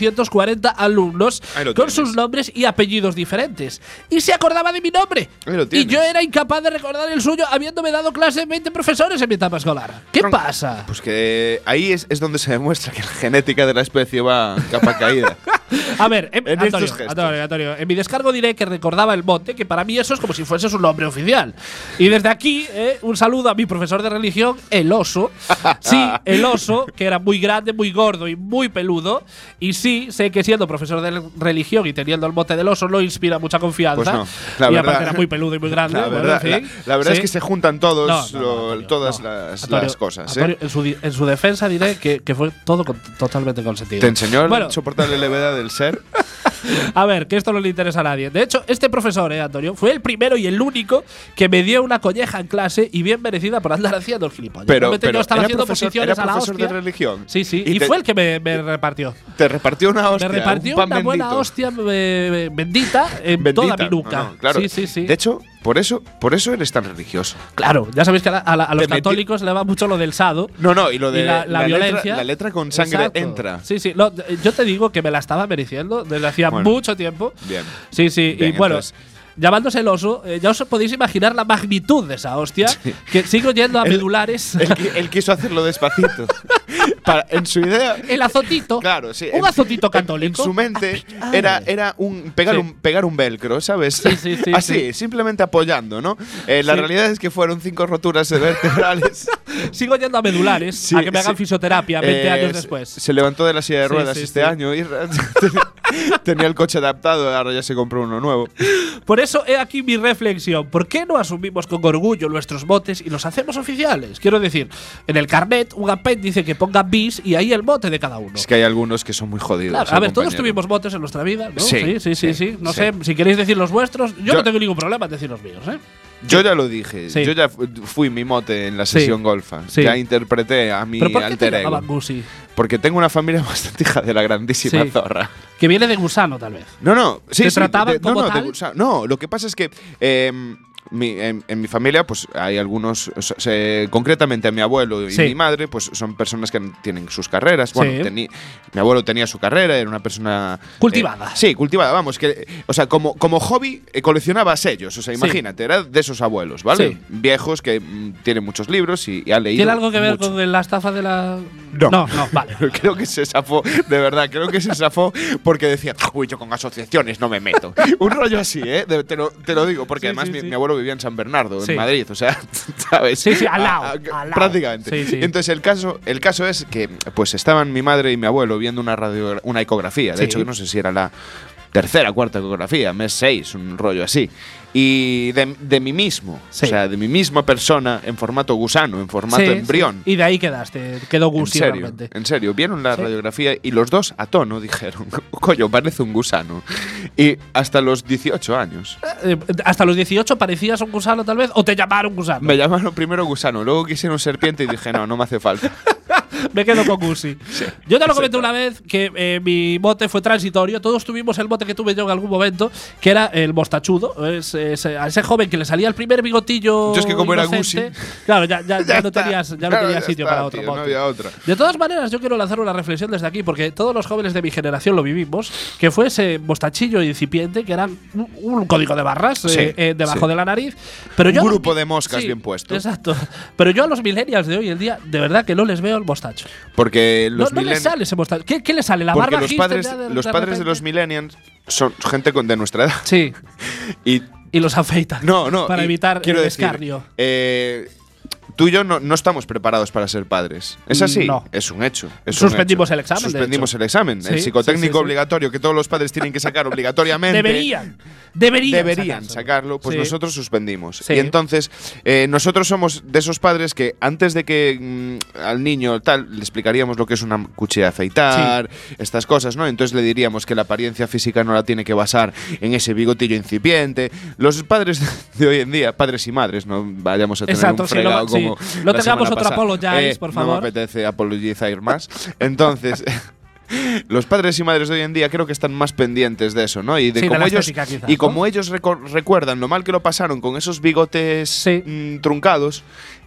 Speaker 3: 1.440 alumnos
Speaker 4: Ahí lo
Speaker 3: con
Speaker 4: tienes.
Speaker 3: sus nombres y apellidos diferentes. Y se acordaba de mi nombre.
Speaker 4: Ahí lo
Speaker 3: Y
Speaker 4: tienes.
Speaker 3: yo era incapaz de recordar el suyo habiéndome dado clase 20 profesores en mi etapa escolar. ¿Qué
Speaker 4: Tron-
Speaker 3: pasa?
Speaker 4: Pues que ahí es, es donde se demuestra que la genética de la especie va capa
Speaker 3: *laughs*
Speaker 4: caída.
Speaker 3: A ver, em-
Speaker 4: En
Speaker 3: Antonio,
Speaker 4: estos gestos.
Speaker 3: Antonio, Antonio, en mi descargo diré que recordaba el mote, que para mí eso es como si fuese su nombre oficial. Y desde aquí, eh, un saludo a mi profesor de religión, el
Speaker 4: *laughs*
Speaker 3: oso. Sí, el oso, que era muy grande, muy gordo y muy peludo. Y sí, sé que siendo profesor de religión y teniendo el mote del oso no inspira mucha confianza.
Speaker 4: Pues no, la
Speaker 3: y aparte
Speaker 4: verdad-
Speaker 3: era muy peludo y muy grande.
Speaker 4: *laughs* la
Speaker 3: bueno,
Speaker 4: verdad,
Speaker 3: en fin.
Speaker 4: la- la verdad es
Speaker 3: Sí.
Speaker 4: que se juntan todos,
Speaker 3: No, no, no,
Speaker 4: lo-
Speaker 3: Antonio,
Speaker 4: todas
Speaker 3: no.
Speaker 4: las,
Speaker 3: Antonio,
Speaker 4: las cosas. ¿eh?
Speaker 3: Antonio, en, su, di- en su defensa diré que, que fue todo con- totalmente consentido.
Speaker 4: ¿Te enseñó
Speaker 3: Bueno,
Speaker 4: la soportable levedad
Speaker 3: *laughs*
Speaker 4: del ser?
Speaker 3: a ver, que esto no le interesa a nadie. De hecho, este profesor, eh, Antonio, fue el primero y el único que me dio una colleja en clase y bien merecida por andar haciendo el gilipollas.
Speaker 4: Pero,
Speaker 3: Realmente
Speaker 4: pero
Speaker 3: yo estaba
Speaker 4: era
Speaker 3: haciendo
Speaker 4: profesor-
Speaker 3: posiciones
Speaker 4: era
Speaker 3: a la
Speaker 4: profesor de
Speaker 3: hostia.
Speaker 4: religión.
Speaker 3: Sí, sí, y,
Speaker 4: Y te-
Speaker 3: fue el que me, me repartió.
Speaker 4: Te repartió una hostia.
Speaker 3: me repartió
Speaker 4: un pan
Speaker 3: una buena
Speaker 4: bendito.
Speaker 3: hostia eh, bendita en
Speaker 4: Bendita.
Speaker 3: toda mi
Speaker 4: No,
Speaker 3: nuca.
Speaker 4: no, claro.
Speaker 3: Sí, sí, sí.
Speaker 4: De hecho, por eso, por eso eres tan religioso.
Speaker 3: claro, ya sabéis que a, la- a la- a los
Speaker 4: Te metí-
Speaker 3: católicos le va mucho lo del sado.
Speaker 4: No, no, y lo de
Speaker 3: y la, la violencia.
Speaker 4: Letra, la letra con sangre
Speaker 3: Exacto.
Speaker 4: entra.
Speaker 3: Sí, sí. No, yo te digo que me la estaba mereciendo desde hacía
Speaker 4: Bueno.
Speaker 3: mucho tiempo. *laughs*
Speaker 4: Bien.
Speaker 3: Sí, sí.
Speaker 4: Bien,
Speaker 3: y bueno.
Speaker 4: entonces-
Speaker 3: Llamándose el oso, eh, ya os podéis imaginar la magnitud de esa hostia. Que sigo yendo a
Speaker 4: El-
Speaker 3: medulares.
Speaker 4: Él, qui- él quiso
Speaker 3: *laughs*
Speaker 4: hacerlo despacito. Para- en su idea,
Speaker 3: El azotito.
Speaker 4: Claro, sí.
Speaker 3: Eh, oh, Un
Speaker 4: En-
Speaker 3: azotito
Speaker 4: en-
Speaker 3: católico.
Speaker 4: En su mente
Speaker 3: Ah,
Speaker 4: era, era un, pegar
Speaker 3: Sí.
Speaker 4: un pegar un velcro, ¿sabes?
Speaker 3: Sí, sí, sí,
Speaker 4: Así,
Speaker 3: sí.
Speaker 4: simplemente apoyando, ¿no? Eh, la
Speaker 3: Sí.
Speaker 4: realidad es que fueron cinco roturas de vertebrales.
Speaker 3: *laughs* Sigo yendo a medulares
Speaker 4: Sí,
Speaker 3: a que me hagan
Speaker 4: sí.
Speaker 3: fisioterapia 20
Speaker 4: Eh,
Speaker 3: años
Speaker 4: se-
Speaker 3: después.
Speaker 4: Se levantó de la silla de
Speaker 3: Sí,
Speaker 4: ruedas
Speaker 3: sí,
Speaker 4: este
Speaker 3: sí.
Speaker 4: año y *laughs* tenía el coche adaptado, ahora ya se compró uno nuevo.
Speaker 3: Por eso he aquí mi reflexión. ¿Por qué no asumimos con orgullo nuestros botes y los hacemos oficiales? Quiero decir, en el carnet un apéndice que ponga bis y ahí el bote de cada uno.
Speaker 4: Es que hay algunos que son muy jodidos.
Speaker 3: Claro, a
Speaker 4: eh,
Speaker 3: ver, todos
Speaker 4: compañero.
Speaker 3: tuvimos botes en nuestra vida, ¿no?
Speaker 4: Sí,
Speaker 3: sí, sí. sí,
Speaker 4: sí,
Speaker 3: sí. No
Speaker 4: sí.
Speaker 3: sé, si queréis decir los vuestros, yo,
Speaker 4: Yo-
Speaker 3: no tengo ningún problema en decir los míos, ¿eh?
Speaker 4: Yo ya lo dije,
Speaker 3: Sí.
Speaker 4: yo ya fu- fui mi mote en la
Speaker 3: Sí.
Speaker 4: sesión golfa.
Speaker 3: Sí.
Speaker 4: Ya interpreté a mi
Speaker 3: Pero ¿por qué te
Speaker 4: alter ego.
Speaker 3: llamaban Gusi?
Speaker 4: Porque tengo una familia *laughs* bastante hija de la grandísima
Speaker 3: Sí.
Speaker 4: zorra.
Speaker 3: Que viene de gusano, tal vez.
Speaker 4: No, no, sí,
Speaker 3: ¿Te
Speaker 4: sí,
Speaker 3: trataban
Speaker 4: no,
Speaker 3: como
Speaker 4: no, de
Speaker 3: tal?
Speaker 4: gusa- no, lo que pasa es que eh, mi- en, en mi familia, pues hay algunos, o sea, se- concretamente a mi abuelo y
Speaker 3: Sí.
Speaker 4: mi madre, pues son personas que tienen sus carreras. Bueno,
Speaker 3: Sí.
Speaker 4: teni- mi abuelo tenía su carrera, era una persona.
Speaker 3: Cultivada.
Speaker 4: eh, sí, cultivada, vamos, que, eh, o sea, como, como hobby eh, coleccionaba sellos, o sea,
Speaker 3: Sí.
Speaker 4: imagínate, era de esos abuelos, ¿vale?
Speaker 3: Sí.
Speaker 4: Viejos que mm, tienen muchos libros y, y ha leído.
Speaker 3: ¿Tiene algo que ver
Speaker 4: mucho.
Speaker 3: con la estafa de la.?
Speaker 4: No.
Speaker 3: no, vale. vale.
Speaker 4: Creo *laughs* que se zafó, de verdad, creo que se zafó porque decía, uy, yo con asociaciones no me meto. *laughs* Un rollo así, ¿eh? De- te, lo, te lo digo,
Speaker 3: Sí,
Speaker 4: porque además
Speaker 3: sí,
Speaker 4: mi,
Speaker 3: sí.
Speaker 4: mi abuelo vivía en San Bernardo,
Speaker 3: Sí.
Speaker 4: en Madrid, o sea, *laughs* ¿sabes?
Speaker 3: Sí, sí, al
Speaker 4: A-
Speaker 3: lado,
Speaker 4: a-
Speaker 3: al lado.
Speaker 4: Prácticamente.
Speaker 3: Sí, sí.
Speaker 4: Entonces el caso, el caso es que pues estaban mi madre y mi abuelo viendo una, radio, una ecografía, de
Speaker 3: Sí.
Speaker 4: hecho, que no sé si era la tercera, cuarta ecografía, mes 6, un rollo así. Y de, de mí mismo,
Speaker 3: Sí.
Speaker 4: o sea, de mi misma persona en formato gusano, en formato
Speaker 3: Sí,
Speaker 4: embrión.
Speaker 3: sí. Y de ahí quedaste, quedó
Speaker 4: En
Speaker 3: Gusi
Speaker 4: serio,
Speaker 3: realmente.
Speaker 4: en serio, vieron la
Speaker 3: Sí.
Speaker 4: radiografía y los dos a tono dijeron, *laughs* coño, parece un gusano. Y hasta los 18 años.
Speaker 3: Eh, hasta los 18 parecías un gusano tal vez, o te llamaron gusano.
Speaker 4: Me llamaron primero gusano, luego quisieron serpiente y dije, no, no me
Speaker 3: *laughs*
Speaker 4: hace falta.
Speaker 3: Me quedo con
Speaker 4: *laughs*
Speaker 3: Gusi. Yo te lo comenté una vez que eh, mi bote fue transitorio. Todos tuvimos el bote que tuve yo en algún momento, que era el mostachudo. Es- es- a ese joven que le salía el primer bigotillo.
Speaker 4: Yo es que como era
Speaker 3: inocente.
Speaker 4: Gusi.
Speaker 3: Claro, ya,
Speaker 4: *laughs*
Speaker 3: ya- ya no
Speaker 4: está.
Speaker 3: tenías, ya no
Speaker 4: Claro,
Speaker 3: tenías
Speaker 4: ya
Speaker 3: sitio
Speaker 4: está,
Speaker 3: para otro
Speaker 4: tío,
Speaker 3: bote.
Speaker 4: No había otra.
Speaker 3: De todas maneras, yo quiero lanzar una reflexión desde aquí, porque todos los jóvenes de mi generación lo vivimos, que fue ese mostachillo incipiente, que era un, un código de barras
Speaker 4: Sí,
Speaker 3: eh, eh, debajo
Speaker 4: sí.
Speaker 3: de la nariz. Pero
Speaker 4: Un
Speaker 3: yo a los
Speaker 4: grupo
Speaker 3: mi-
Speaker 4: de moscas bien puesto.
Speaker 3: Exacto. Pero yo a los millennials de hoy en día, de verdad que no les veo el mostacho.
Speaker 4: Porque
Speaker 3: No,
Speaker 4: los
Speaker 3: no les
Speaker 4: millennials-
Speaker 3: sale ese mostacho. ¿Qué, qué le sale? ¿La
Speaker 4: porque
Speaker 3: barba
Speaker 4: los
Speaker 3: hipster
Speaker 4: padres,
Speaker 3: ya de-
Speaker 4: los
Speaker 3: de
Speaker 4: padres de los
Speaker 3: repente?
Speaker 4: millennials son gente con, de nuestra edad.
Speaker 3: Sí,
Speaker 4: Y
Speaker 3: y los afeitan.
Speaker 4: no, no.
Speaker 3: Para
Speaker 4: y
Speaker 3: evitar
Speaker 4: quiero
Speaker 3: el
Speaker 4: decir,
Speaker 3: escarnio.
Speaker 4: eh, tú y yo no, no estamos preparados para ser padres. ¿Es así?
Speaker 3: Mm, No.
Speaker 4: Es un hecho. es un
Speaker 3: Suspendimos
Speaker 4: hecho.
Speaker 3: el examen, de
Speaker 4: Suspendimos
Speaker 3: hecho.
Speaker 4: el examen.
Speaker 3: Sí,
Speaker 4: el
Speaker 3: sí,
Speaker 4: psicotécnico
Speaker 3: sí, sí.
Speaker 4: obligatorio que todos los padres tienen
Speaker 3: *laughs*
Speaker 4: que sacar obligatoriamente.
Speaker 3: Deberían. Deberían.
Speaker 4: deberían
Speaker 3: sacárselo.
Speaker 4: sacarlo, pues
Speaker 3: Sí.
Speaker 4: nosotros suspendimos.
Speaker 3: Sí.
Speaker 4: Y entonces, eh, nosotros somos de esos padres que antes de que mm, al niño tal, le explicaríamos lo que es una cuchilla de afeitar, estas cosas, ¿no? Entonces le diríamos que la apariencia física no la tiene que basar en ese bigotillo incipiente. Los padres de hoy en día, padres y madres, no vayamos a tener
Speaker 3: Exacto,
Speaker 4: un
Speaker 3: sí, no
Speaker 4: fregado
Speaker 3: va- sí.
Speaker 4: como
Speaker 3: No
Speaker 4: la
Speaker 3: tengamos
Speaker 4: semana
Speaker 3: otro
Speaker 4: pasada. Eh,
Speaker 3: apologize, por
Speaker 4: No
Speaker 3: favor.
Speaker 4: me apetece apologizar más.
Speaker 3: *laughs*
Speaker 4: Entonces... Los padres y madres de hoy en día creo que están más pendientes de eso, ¿no? Y de
Speaker 3: Sí, de
Speaker 4: cómo
Speaker 3: la
Speaker 4: ellos
Speaker 3: estética, quizás,
Speaker 4: y
Speaker 3: ¿no?
Speaker 4: como ellos reco- recuerdan lo mal que lo pasaron con esos bigotes
Speaker 3: Sí.
Speaker 4: mm, truncados,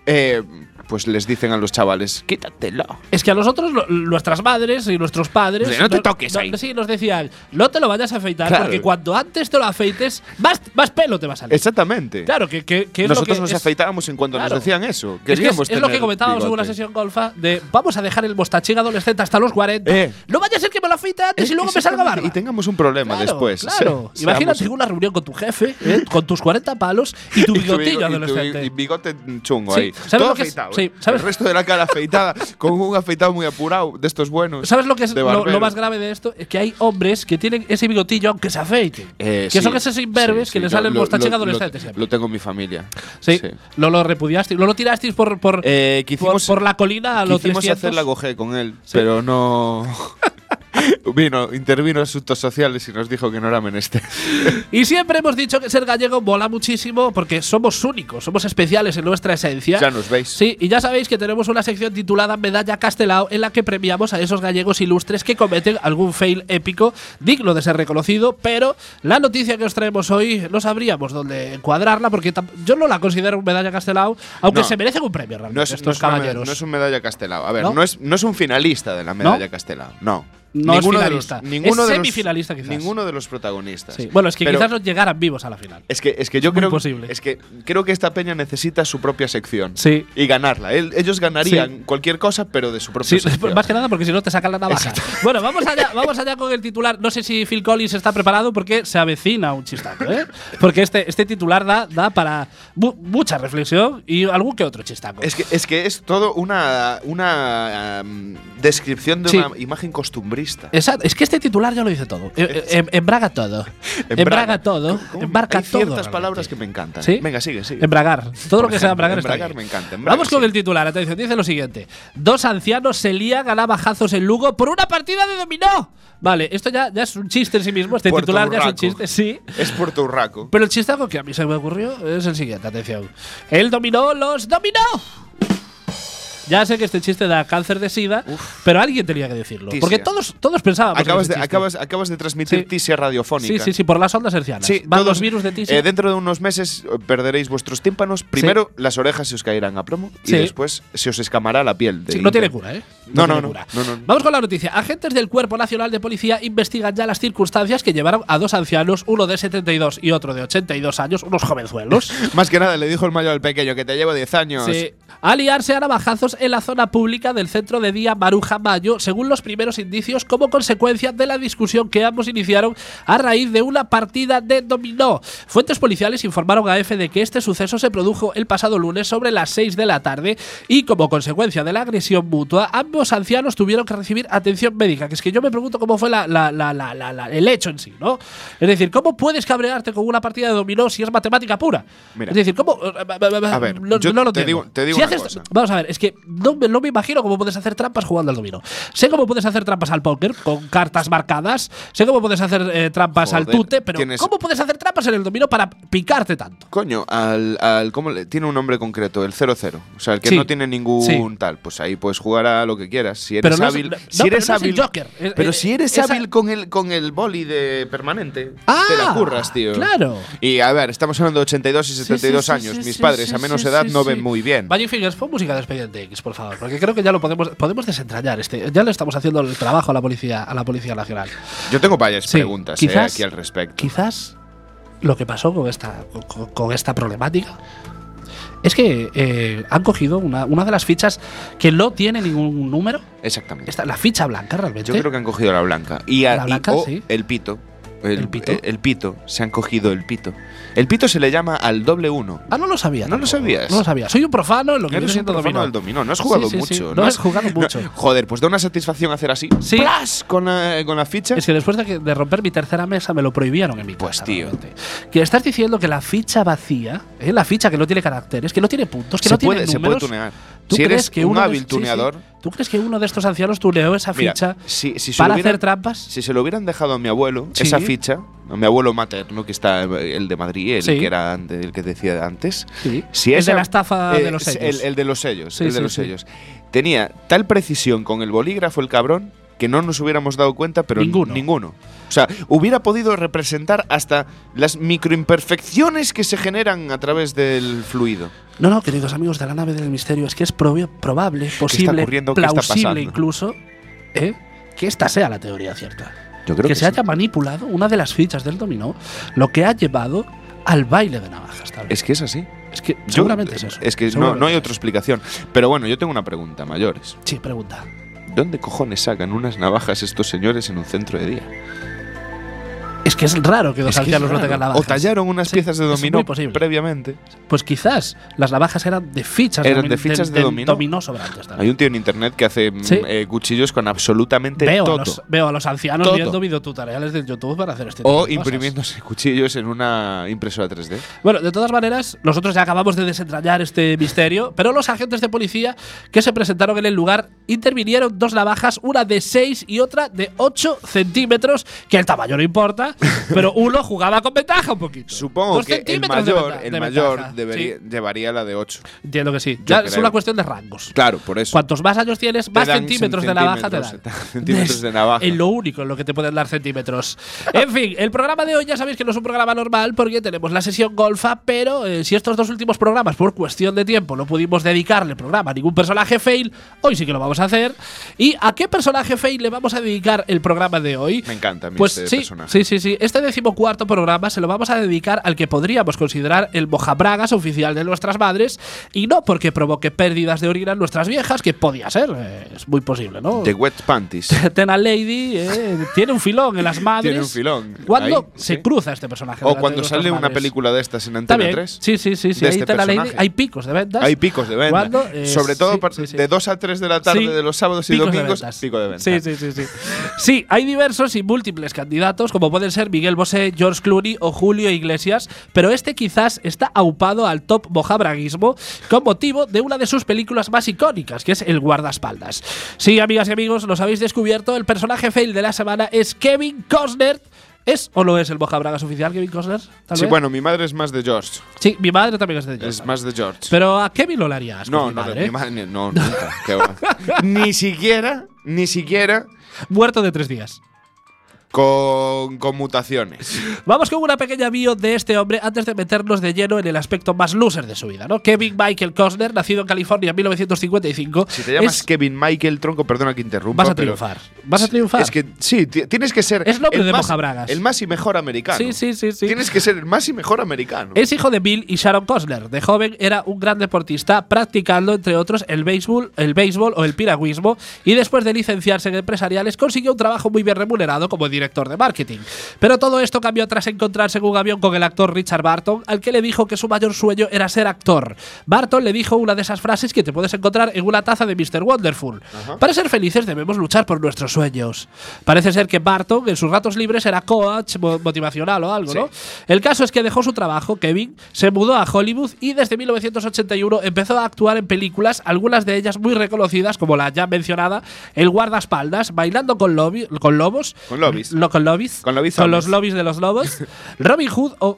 Speaker 4: eh, pues les dicen a los chavales, quítatelo.
Speaker 3: Es que a nosotros, lo- nuestras madres y nuestros padres.
Speaker 4: Sí, no te toques ahí.
Speaker 3: Sí, nos decían, no te lo vayas a afeitar,
Speaker 4: Claro.
Speaker 3: porque cuando antes te lo afeites, más, más pelo te va a salir.
Speaker 4: Exactamente.
Speaker 3: Claro, que, que- que es lo
Speaker 4: Nosotros
Speaker 3: que
Speaker 4: nos
Speaker 3: es-
Speaker 4: afeitábamos en cuanto
Speaker 3: Claro.
Speaker 4: nos decían eso.
Speaker 3: Es, que es-
Speaker 4: Queríamos
Speaker 3: es lo que
Speaker 4: tener
Speaker 3: comentábamos en
Speaker 4: bigote.
Speaker 3: una sesión golfa de vamos a dejar el mostachín adolescente hasta los 40.
Speaker 4: Eh.
Speaker 3: No vaya a ser que me lo afeite antes
Speaker 4: Es-
Speaker 3: y luego me salga
Speaker 4: exactamente,
Speaker 3: barba.
Speaker 4: Y tengamos un problema
Speaker 3: Claro,
Speaker 4: después.
Speaker 3: Claro.
Speaker 4: Se-
Speaker 3: Imagínate
Speaker 4: *laughs* seamos-
Speaker 3: una reunión con tu jefe, eh, con tus 40 palos y tu
Speaker 4: *laughs* y tu bigo-
Speaker 3: bigotillo
Speaker 4: y tu bi-
Speaker 3: adolescente.
Speaker 4: y bigote chungo
Speaker 3: Sí,
Speaker 4: ahí.
Speaker 3: ¿sabes
Speaker 4: Todo
Speaker 3: lo que es?
Speaker 4: afeitado.
Speaker 3: Sí,
Speaker 4: ¿eh?
Speaker 3: ¿sabes?
Speaker 4: El resto de la cara afeitada, con un afeitado muy apurado, de estos buenos.
Speaker 3: ¿Sabes lo que es
Speaker 4: de
Speaker 3: lo, lo
Speaker 4: barbero.
Speaker 3: más grave de esto? Es que hay hombres que tienen ese bigotillo aunque se afeiten.
Speaker 4: Eh,
Speaker 3: que
Speaker 4: sí,
Speaker 3: son esos imberbes
Speaker 4: sí,
Speaker 3: que
Speaker 4: sí,
Speaker 3: le
Speaker 4: yo
Speaker 3: sale el
Speaker 4: lo-
Speaker 3: mostache
Speaker 4: lo-
Speaker 3: adolescente
Speaker 4: Lo,
Speaker 3: siempre.
Speaker 4: lo tengo en mi familia.
Speaker 3: sí, Lo, lo repudiasteis, lo, lo tirasteis por, por,
Speaker 4: Eh, que
Speaker 3: por-
Speaker 4: hicimos-
Speaker 3: por la colina a los
Speaker 4: Quisimos
Speaker 3: 300.
Speaker 4: hacer la goje con él, pero no. *laughs* Vino, intervino asuntos sociales y nos dijo que no
Speaker 3: *laughs*
Speaker 4: era menester.
Speaker 3: Y siempre hemos dicho que ser gallego mola muchísimo porque somos únicos, somos especiales en nuestra esencia.
Speaker 4: Ya nos veis.
Speaker 3: Sí, y ya sabéis que tenemos una sección titulada Medalla Castelao en la que premiamos a esos gallegos ilustres que cometen algún fail épico digno de ser reconocido, pero la noticia que os traemos hoy no sabríamos dónde encuadrarla porque tam- yo no la considero un medalla Castelao, aunque
Speaker 4: No.
Speaker 3: se merecen un premio realmente
Speaker 4: No es, no
Speaker 3: estos
Speaker 4: es una medalla-
Speaker 3: caballeros.
Speaker 4: no es un medalla castelao. A ver,
Speaker 3: ¿No?
Speaker 4: no, es, no es un finalista de la medalla castelao. No.
Speaker 3: No es
Speaker 4: de
Speaker 3: finalista.
Speaker 4: los, ninguno
Speaker 3: Es
Speaker 4: de los-
Speaker 3: semifinalista, quizás.
Speaker 4: Ninguno de los protagonistas.
Speaker 3: Sí. Bueno, es que
Speaker 4: Pero
Speaker 3: quizás no llegaran vivos a la final.
Speaker 4: Es que, es que yo
Speaker 3: muy
Speaker 4: creo,
Speaker 3: posible.
Speaker 4: es que creo que esta peña necesita su propia sección.
Speaker 3: Sí.
Speaker 4: Y ganarla. Él- ellos ganarían
Speaker 3: Sí.
Speaker 4: cualquier cosa, pero de su propia
Speaker 3: Sí,
Speaker 4: sección.
Speaker 3: *laughs* más que nada porque si no te sacan la navaja. *laughs* Bueno, vamos allá, vamos allá con el titular. No sé si Phil Collins está preparado porque se avecina un chistaco, ¿eh? Porque este, este titular da, da para mu- mucha reflexión y algún que otro chistaco.
Speaker 4: Es que, es que es todo una, una um, descripción de
Speaker 3: Sí.
Speaker 4: una imagen costumbrista.
Speaker 3: Exacto, es que este titular ya lo dice todo. Eh, eh, em- embraga todo. Embraga todo.
Speaker 4: ¿Cómo me-
Speaker 3: Embarca
Speaker 4: Hay
Speaker 3: todo.
Speaker 4: ciertas
Speaker 3: realmente.
Speaker 4: palabras que me encantan.
Speaker 3: ¿Sí?
Speaker 4: Venga, sigue, sigue.
Speaker 3: Embragar. Todo lo
Speaker 4: Por
Speaker 3: que sea
Speaker 4: ejemplo,
Speaker 3: embragar está
Speaker 4: embragar
Speaker 3: bien.
Speaker 4: me encanta, embragar,
Speaker 3: Vamos con
Speaker 4: sí.
Speaker 3: el titular. Atención, dice lo siguiente. Dos ancianos se lían a bajazos en Lugo por una partida de dominó. Vale, esto ya, ya es un chiste en sí mismo. Este
Speaker 4: Puerto
Speaker 3: titular ya es un
Speaker 4: Urraco.
Speaker 3: chiste, sí.
Speaker 4: Es Puerto Urraco.
Speaker 3: Pero el chistaco que a mí se me ocurrió es el siguiente, atención. El dominó los dominó. Ya sé que este chiste da cáncer de sida, pero alguien tenía que decirlo.
Speaker 4: Tisia.
Speaker 3: Porque todos, todos pensábamos. en
Speaker 4: Acabas
Speaker 3: ese
Speaker 4: de,
Speaker 3: chiste.
Speaker 4: acabas, acabas de transmitir
Speaker 3: pues, Sí.
Speaker 4: tisia radiofónica.
Speaker 3: Sí, sí, sí, por las ondas hercianas.
Speaker 4: Sí,
Speaker 3: Van
Speaker 4: todos,
Speaker 3: los virus de tisia.
Speaker 4: eh, dentro de unos meses eh, perderéis vuestros tímpanos. Primero, las orejas se os caerán a plomo
Speaker 3: Sí.
Speaker 4: y después se os escamará la piel. de
Speaker 3: Sí, no tiene
Speaker 4: *laughs* interno.
Speaker 3: cura, ¿eh?
Speaker 4: No, no,
Speaker 3: tiene
Speaker 4: no,
Speaker 3: cura.
Speaker 4: no, no, no.
Speaker 3: Vamos con la noticia. Agentes del Cuerpo Nacional de Policía investigan ya las circunstancias que llevaron a dos ancianos, uno de 72 y otro de 82 años, unos jovenzuelos.
Speaker 4: *laughs* Más que nada, le dijo el mayor al pequeño que te llevo 10 años.
Speaker 3: Sí, aliarse a navajazos en la zona pública del centro de día Maruja Mayo, según los primeros indicios como consecuencia de la discusión que ambos iniciaron a raíz de una partida de dominó. Fuentes policiales informaron a EFE de que este suceso se produjo el pasado lunes sobre las 6 de la tarde y como consecuencia de la agresión mutua, ambos ancianos tuvieron que recibir atención médica, que es que yo me pregunto cómo fue la, la, la, la, el hecho en sí, ¿no? Es decir, ¿cómo puedes cabrearte con una partida de dominó si es matemática pura?
Speaker 4: Mira.
Speaker 3: es decir, ¿cómo?
Speaker 4: A ver,
Speaker 3: Ah, lo
Speaker 4: yo te
Speaker 3: entiendo.
Speaker 4: digo- te digo
Speaker 3: Si
Speaker 4: una
Speaker 3: haces-
Speaker 4: cosa.
Speaker 3: Vamos a ver, es que no me, no me imagino cómo puedes hacer trampas jugando al dominó. Sé cómo puedes hacer trampas al póker con cartas marcadas, sé cómo puedes hacer eh, trampas al
Speaker 4: Joder,
Speaker 3: tute, pero
Speaker 4: tienes-
Speaker 3: ¿cómo puedes hacer trampas en el dominó para picarte tanto?
Speaker 4: Coño, al, al ¿cómo le- tiene un nombre concreto, el 0-0. O sea, el que
Speaker 3: Sí.
Speaker 4: no tiene ningún
Speaker 3: Sí.
Speaker 4: tal. Pues ahí puedes jugar a lo que quieras. Si
Speaker 3: Pero
Speaker 4: eres
Speaker 3: no es-
Speaker 4: hábil.
Speaker 3: no,
Speaker 4: si
Speaker 3: pero
Speaker 4: eres
Speaker 3: no es el
Speaker 4: hábil.
Speaker 3: Joker. Eh,
Speaker 4: pero
Speaker 3: eh,
Speaker 4: si eres
Speaker 3: esa-
Speaker 4: hábil con el, con el boli de permanente,
Speaker 3: Ah,
Speaker 4: te la curras, tío.
Speaker 3: claro.
Speaker 4: Y a ver, estamos hablando de 82 y 72
Speaker 3: sí, sí,
Speaker 4: años.
Speaker 3: sí,
Speaker 4: Mis
Speaker 3: sí,
Speaker 4: padres
Speaker 3: sí,
Speaker 4: a menos
Speaker 3: sí,
Speaker 4: edad
Speaker 3: sí,
Speaker 4: no
Speaker 3: sí.
Speaker 4: ven muy bien.
Speaker 3: Magic Fingers, pon música de Expediente X, por favor, porque creo que ya lo podemos podemos desentrañar este. Ya le estamos haciendo el trabajo a la policía a la policía nacional.
Speaker 4: Yo tengo varias
Speaker 3: Sí,
Speaker 4: preguntas eh,
Speaker 3: quizás-
Speaker 4: aquí al respecto.
Speaker 3: Quizás lo que pasó con esta con- con, con esta problemática es que eh, han cogido una, una de las fichas que no tiene ningún número.
Speaker 4: Exactamente.
Speaker 3: Esta, la ficha blanca realmente.
Speaker 4: Yo creo que han cogido la blanca. Y, a-
Speaker 3: La
Speaker 4: y-
Speaker 3: blanca,
Speaker 4: o
Speaker 3: sí.
Speaker 4: el pito. El,
Speaker 3: ¿El pito?
Speaker 4: eh, el pito. Se han cogido el pito. El pito se le llama al doble uno.
Speaker 3: Ah, no lo sabía.
Speaker 4: No lo
Speaker 3: tampoco.
Speaker 4: sabías.
Speaker 3: No lo sabía. Soy un profano en lo que viene
Speaker 4: Eres un
Speaker 3: siendo
Speaker 4: profano
Speaker 3: dominó.
Speaker 4: del dominó. No has jugado
Speaker 3: Sí, sí,
Speaker 4: mucho.
Speaker 3: sí. No,
Speaker 4: has
Speaker 3: he
Speaker 4: *laughs*
Speaker 3: jugado mucho.
Speaker 4: Joder, pues da una satisfacción hacer así.
Speaker 3: Sí.
Speaker 4: ¡Plas! Con la, con la ficha.
Speaker 3: Es que después de, que- de romper mi tercera mesa me lo prohibieron en mi
Speaker 4: Pues,
Speaker 3: casa.
Speaker 4: tío.
Speaker 3: realmente. Que estás diciendo que la ficha vacía, eh, la ficha que no tiene caracteres, que no tiene puntos, que
Speaker 4: se,
Speaker 3: no tiene
Speaker 4: puede, se
Speaker 3: números.
Speaker 4: puede tunear.
Speaker 3: ¿Tú
Speaker 4: Si
Speaker 3: crees
Speaker 4: eres
Speaker 3: que
Speaker 4: un
Speaker 3: uno de-
Speaker 4: hábil
Speaker 3: sí, sí.
Speaker 4: tuneador.
Speaker 3: ¿Tú crees que uno de estos ancianos tuneó esa
Speaker 4: mira,
Speaker 3: ficha
Speaker 4: si, si se
Speaker 3: para
Speaker 4: hubiera-
Speaker 3: hacer trampas?
Speaker 4: Si se lo hubieran dejado a mi abuelo,
Speaker 3: Sí.
Speaker 4: esa ficha, a mi abuelo materno, que está eh, el de Madrid, el
Speaker 3: Sí.
Speaker 4: que era ante- el que decía antes.
Speaker 3: Sí.
Speaker 4: Si
Speaker 3: es de
Speaker 4: esa-
Speaker 3: la estafa
Speaker 4: eh,
Speaker 3: Ah, de los
Speaker 4: es
Speaker 3: sellos.
Speaker 4: El, el de los sellos.
Speaker 3: Sí,
Speaker 4: el de
Speaker 3: sí,
Speaker 4: los
Speaker 3: sí.
Speaker 4: sellos. Tenía tal precisión con el bolígrafo el cabrón que no nos hubiéramos dado cuenta, pero
Speaker 3: Ninguno.
Speaker 4: O sea, hubiera podido representar hasta las microimperfecciones que se generan a través del fluido.
Speaker 3: No, no, queridos amigos de la nave del misterio, es que es probi- probable, posible,
Speaker 4: ocurriendo? ¿Qué está pasando?
Speaker 3: plausible incluso, ¿eh? que esta sea la teoría cierta.
Speaker 4: Yo creo
Speaker 3: que, se haya manipulado una de las fichas del dominó, lo que ha llevado al baile de navajas. Tal vez.
Speaker 4: Es que es así.
Speaker 3: Es que
Speaker 4: Yo-
Speaker 3: seguramente es eso.
Speaker 4: Es que no,
Speaker 3: seguramente
Speaker 4: no hay
Speaker 3: es
Speaker 4: otra explicación. Pero bueno, yo tengo una pregunta, mayores.
Speaker 3: eso. Sí, pregunta.
Speaker 4: ¿Dónde cojones sacan unas navajas estos señores en un centro de día?
Speaker 3: Es que es raro que dos
Speaker 4: Es que es
Speaker 3: ancianos no
Speaker 4: raro.
Speaker 3: tengan
Speaker 4: o
Speaker 3: navajas.
Speaker 4: tallaron unas
Speaker 3: Sí,
Speaker 4: piezas de
Speaker 3: es muy
Speaker 4: dominó
Speaker 3: posible.
Speaker 4: previamente.
Speaker 3: Pues quizás las navajas eran de fichas
Speaker 4: Eran
Speaker 3: domin-
Speaker 4: de fichas de
Speaker 3: del
Speaker 4: dominó.
Speaker 3: sobrantes. tal vez.
Speaker 4: Hay un tío en internet que hace mm,
Speaker 3: Sí.
Speaker 4: eh, cuchillos con absolutamente
Speaker 3: Veo a,
Speaker 4: todo.
Speaker 3: los, veo a los ancianos
Speaker 4: Todo.
Speaker 3: viendo videotutoriales de YouTube para hacer este tipo
Speaker 4: O
Speaker 3: de cosas.
Speaker 4: imprimiéndose cuchillos en una impresora 3D.
Speaker 3: Bueno, de todas maneras, nosotros ya acabamos de desentrañar este misterio, pero los agentes de policía que se presentaron en el lugar intervinieron dos navajas, una de 6 y otra de 8 centímetros, que el tamaño no importa, pero uno jugaba con ventaja un poquito.
Speaker 4: Supongo
Speaker 3: Dos
Speaker 4: que el
Speaker 3: centímetros de
Speaker 4: mayor,
Speaker 3: venta-
Speaker 4: el
Speaker 3: de
Speaker 4: mayor
Speaker 3: ventaja,
Speaker 4: debería,
Speaker 3: sí.
Speaker 4: llevaría la de 8.
Speaker 3: Entiendo que sí.
Speaker 4: Yo
Speaker 3: Ya es
Speaker 4: creo.
Speaker 3: una cuestión de rangos.
Speaker 4: Claro, por eso.
Speaker 3: Cuantos más años tienes, más
Speaker 4: dan
Speaker 3: centímetros de navaja te dan.
Speaker 4: centímetros, *laughs* centímetros de navaja.
Speaker 3: Es lo único en lo que te pueden dar centímetros. En fin, el programa de hoy ya sabéis que no es un programa normal porque tenemos la sesión golfa, pero eh, si estos dos últimos programas, por cuestión de tiempo, no pudimos dedicarle programa a ningún personaje fail, hoy sí que lo vamos a hacer. ¿Y a qué personaje fail le vamos a dedicar el programa de hoy?
Speaker 4: Me encanta a mí
Speaker 3: Pues
Speaker 4: este
Speaker 3: sí,
Speaker 4: personaje.
Speaker 3: sí, sí, sí. Este decimocuarto programa se lo vamos a dedicar al que podríamos considerar el mojabragas oficial de nuestras madres y no porque provoque pérdidas de orina en nuestras viejas, que podía ser, eh, es muy posible, ¿no? *laughs*
Speaker 4: The Wet Panties.
Speaker 3: Tena Lady eh, tiene un filón
Speaker 4: *laughs*
Speaker 3: en las madres.
Speaker 4: Tiene un filón.
Speaker 3: Cuando
Speaker 4: Ahí,
Speaker 3: se
Speaker 4: sí.
Speaker 3: cruza este personaje.
Speaker 4: o
Speaker 3: delante
Speaker 4: cuando
Speaker 3: de nuestras
Speaker 4: sale una
Speaker 3: madres.
Speaker 4: película de estas en Antena
Speaker 3: También.
Speaker 4: 3.
Speaker 3: Sí, sí, sí. sí.
Speaker 4: de
Speaker 3: Ahí
Speaker 4: este
Speaker 3: Tena Lady.
Speaker 4: personaje.
Speaker 3: Hay picos de ventas.
Speaker 4: Hay picos de venta.
Speaker 3: Cuando, eh,
Speaker 4: Sobre todo
Speaker 3: sí,
Speaker 4: par-
Speaker 3: sí, sí.
Speaker 4: de 2 a 3 de la tarde
Speaker 3: Sí,
Speaker 4: de los sábados y
Speaker 3: picos de
Speaker 4: domingos.
Speaker 3: ventas.
Speaker 4: pico de venta.
Speaker 3: Sí, sí, sí, sí. Sí, hay diversos y múltiples candidatos, como pueden ser Miguel Bosé, George Clooney o Julio Iglesias, pero este quizás está aupado al top mojabraguismo con motivo de una de sus películas más icónicas, que es El guardaespaldas. Sí, amigas y amigos, los habéis descubierto, el personaje fail de la semana es Kevin Costner. ¿Es o no es el mojabragas oficial Kevin Costner? Tal
Speaker 4: Sí,
Speaker 3: vez.
Speaker 4: bueno, mi madre es más de George.
Speaker 3: Sí, mi madre también es de George.
Speaker 4: Es más de George.
Speaker 3: Pero a Kevin lo ¿eh? harías.
Speaker 4: no,
Speaker 3: mi
Speaker 4: no,
Speaker 3: madre.
Speaker 4: mi madre ni- no,
Speaker 3: *laughs*
Speaker 4: nunca. qué va. ni siquiera, ni siquiera
Speaker 3: Muerto de tres días.
Speaker 4: con conmutaciones.
Speaker 3: Vamos con una pequeña bio de este hombre antes de meternos de lleno en el aspecto más loser de su vida, ¿no? Kevin Michael Costner, nacido en California en 1955.
Speaker 4: Si te llamas
Speaker 3: es-
Speaker 4: Kevin Michael Tronco, perdona que interrumpa.
Speaker 3: Vas a
Speaker 4: pero-
Speaker 3: triunfar. Vas a triunfar.
Speaker 4: Es que sí, ti- tienes que ser.
Speaker 3: Es nombre
Speaker 4: el
Speaker 3: de
Speaker 4: más-
Speaker 3: mojabragas.
Speaker 4: El más y mejor americano.
Speaker 3: Sí, sí, sí, sí.
Speaker 4: Tienes que ser el más y mejor americano.
Speaker 3: Es hijo de Bill y Sharon Costner. De joven era un gran deportista, practicando, entre otros, el béisbol, el béisbol o el piragüismo, y después de licenciarse en empresariales consiguió un trabajo muy bien remunerado como director de marketing. Pero todo esto cambió tras encontrarse en un avión con el actor Richard Barton, al que le dijo que su mayor sueño era ser actor. Barton le dijo una de esas frases que te puedes encontrar en una taza de Mr. Wonderful. Para ser felices debemos luchar por nuestros sueños. Parece ser que Barton en sus ratos libres era coach mo- motivacional o algo,
Speaker 4: Sí.
Speaker 3: ¿no? El caso es que dejó su trabajo, Kevin, se mudó a Hollywood y desde 1981 empezó a actuar en películas, algunas de ellas muy reconocidas, como la ya mencionada El guardaespaldas, Bailando con, lobi- con lobos.
Speaker 4: Con lobis.
Speaker 3: No, con lobis.
Speaker 4: Con lobizones.
Speaker 3: los lobis de los
Speaker 4: *laughs*
Speaker 3: lobos. Robin Hood o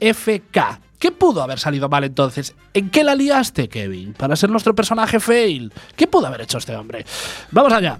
Speaker 3: JFK. ¿Qué pudo haber salido mal entonces? ¿En qué la liaste, Kevin? Para ser nuestro personaje fail. ¿Qué pudo haber hecho este hombre? Vamos allá.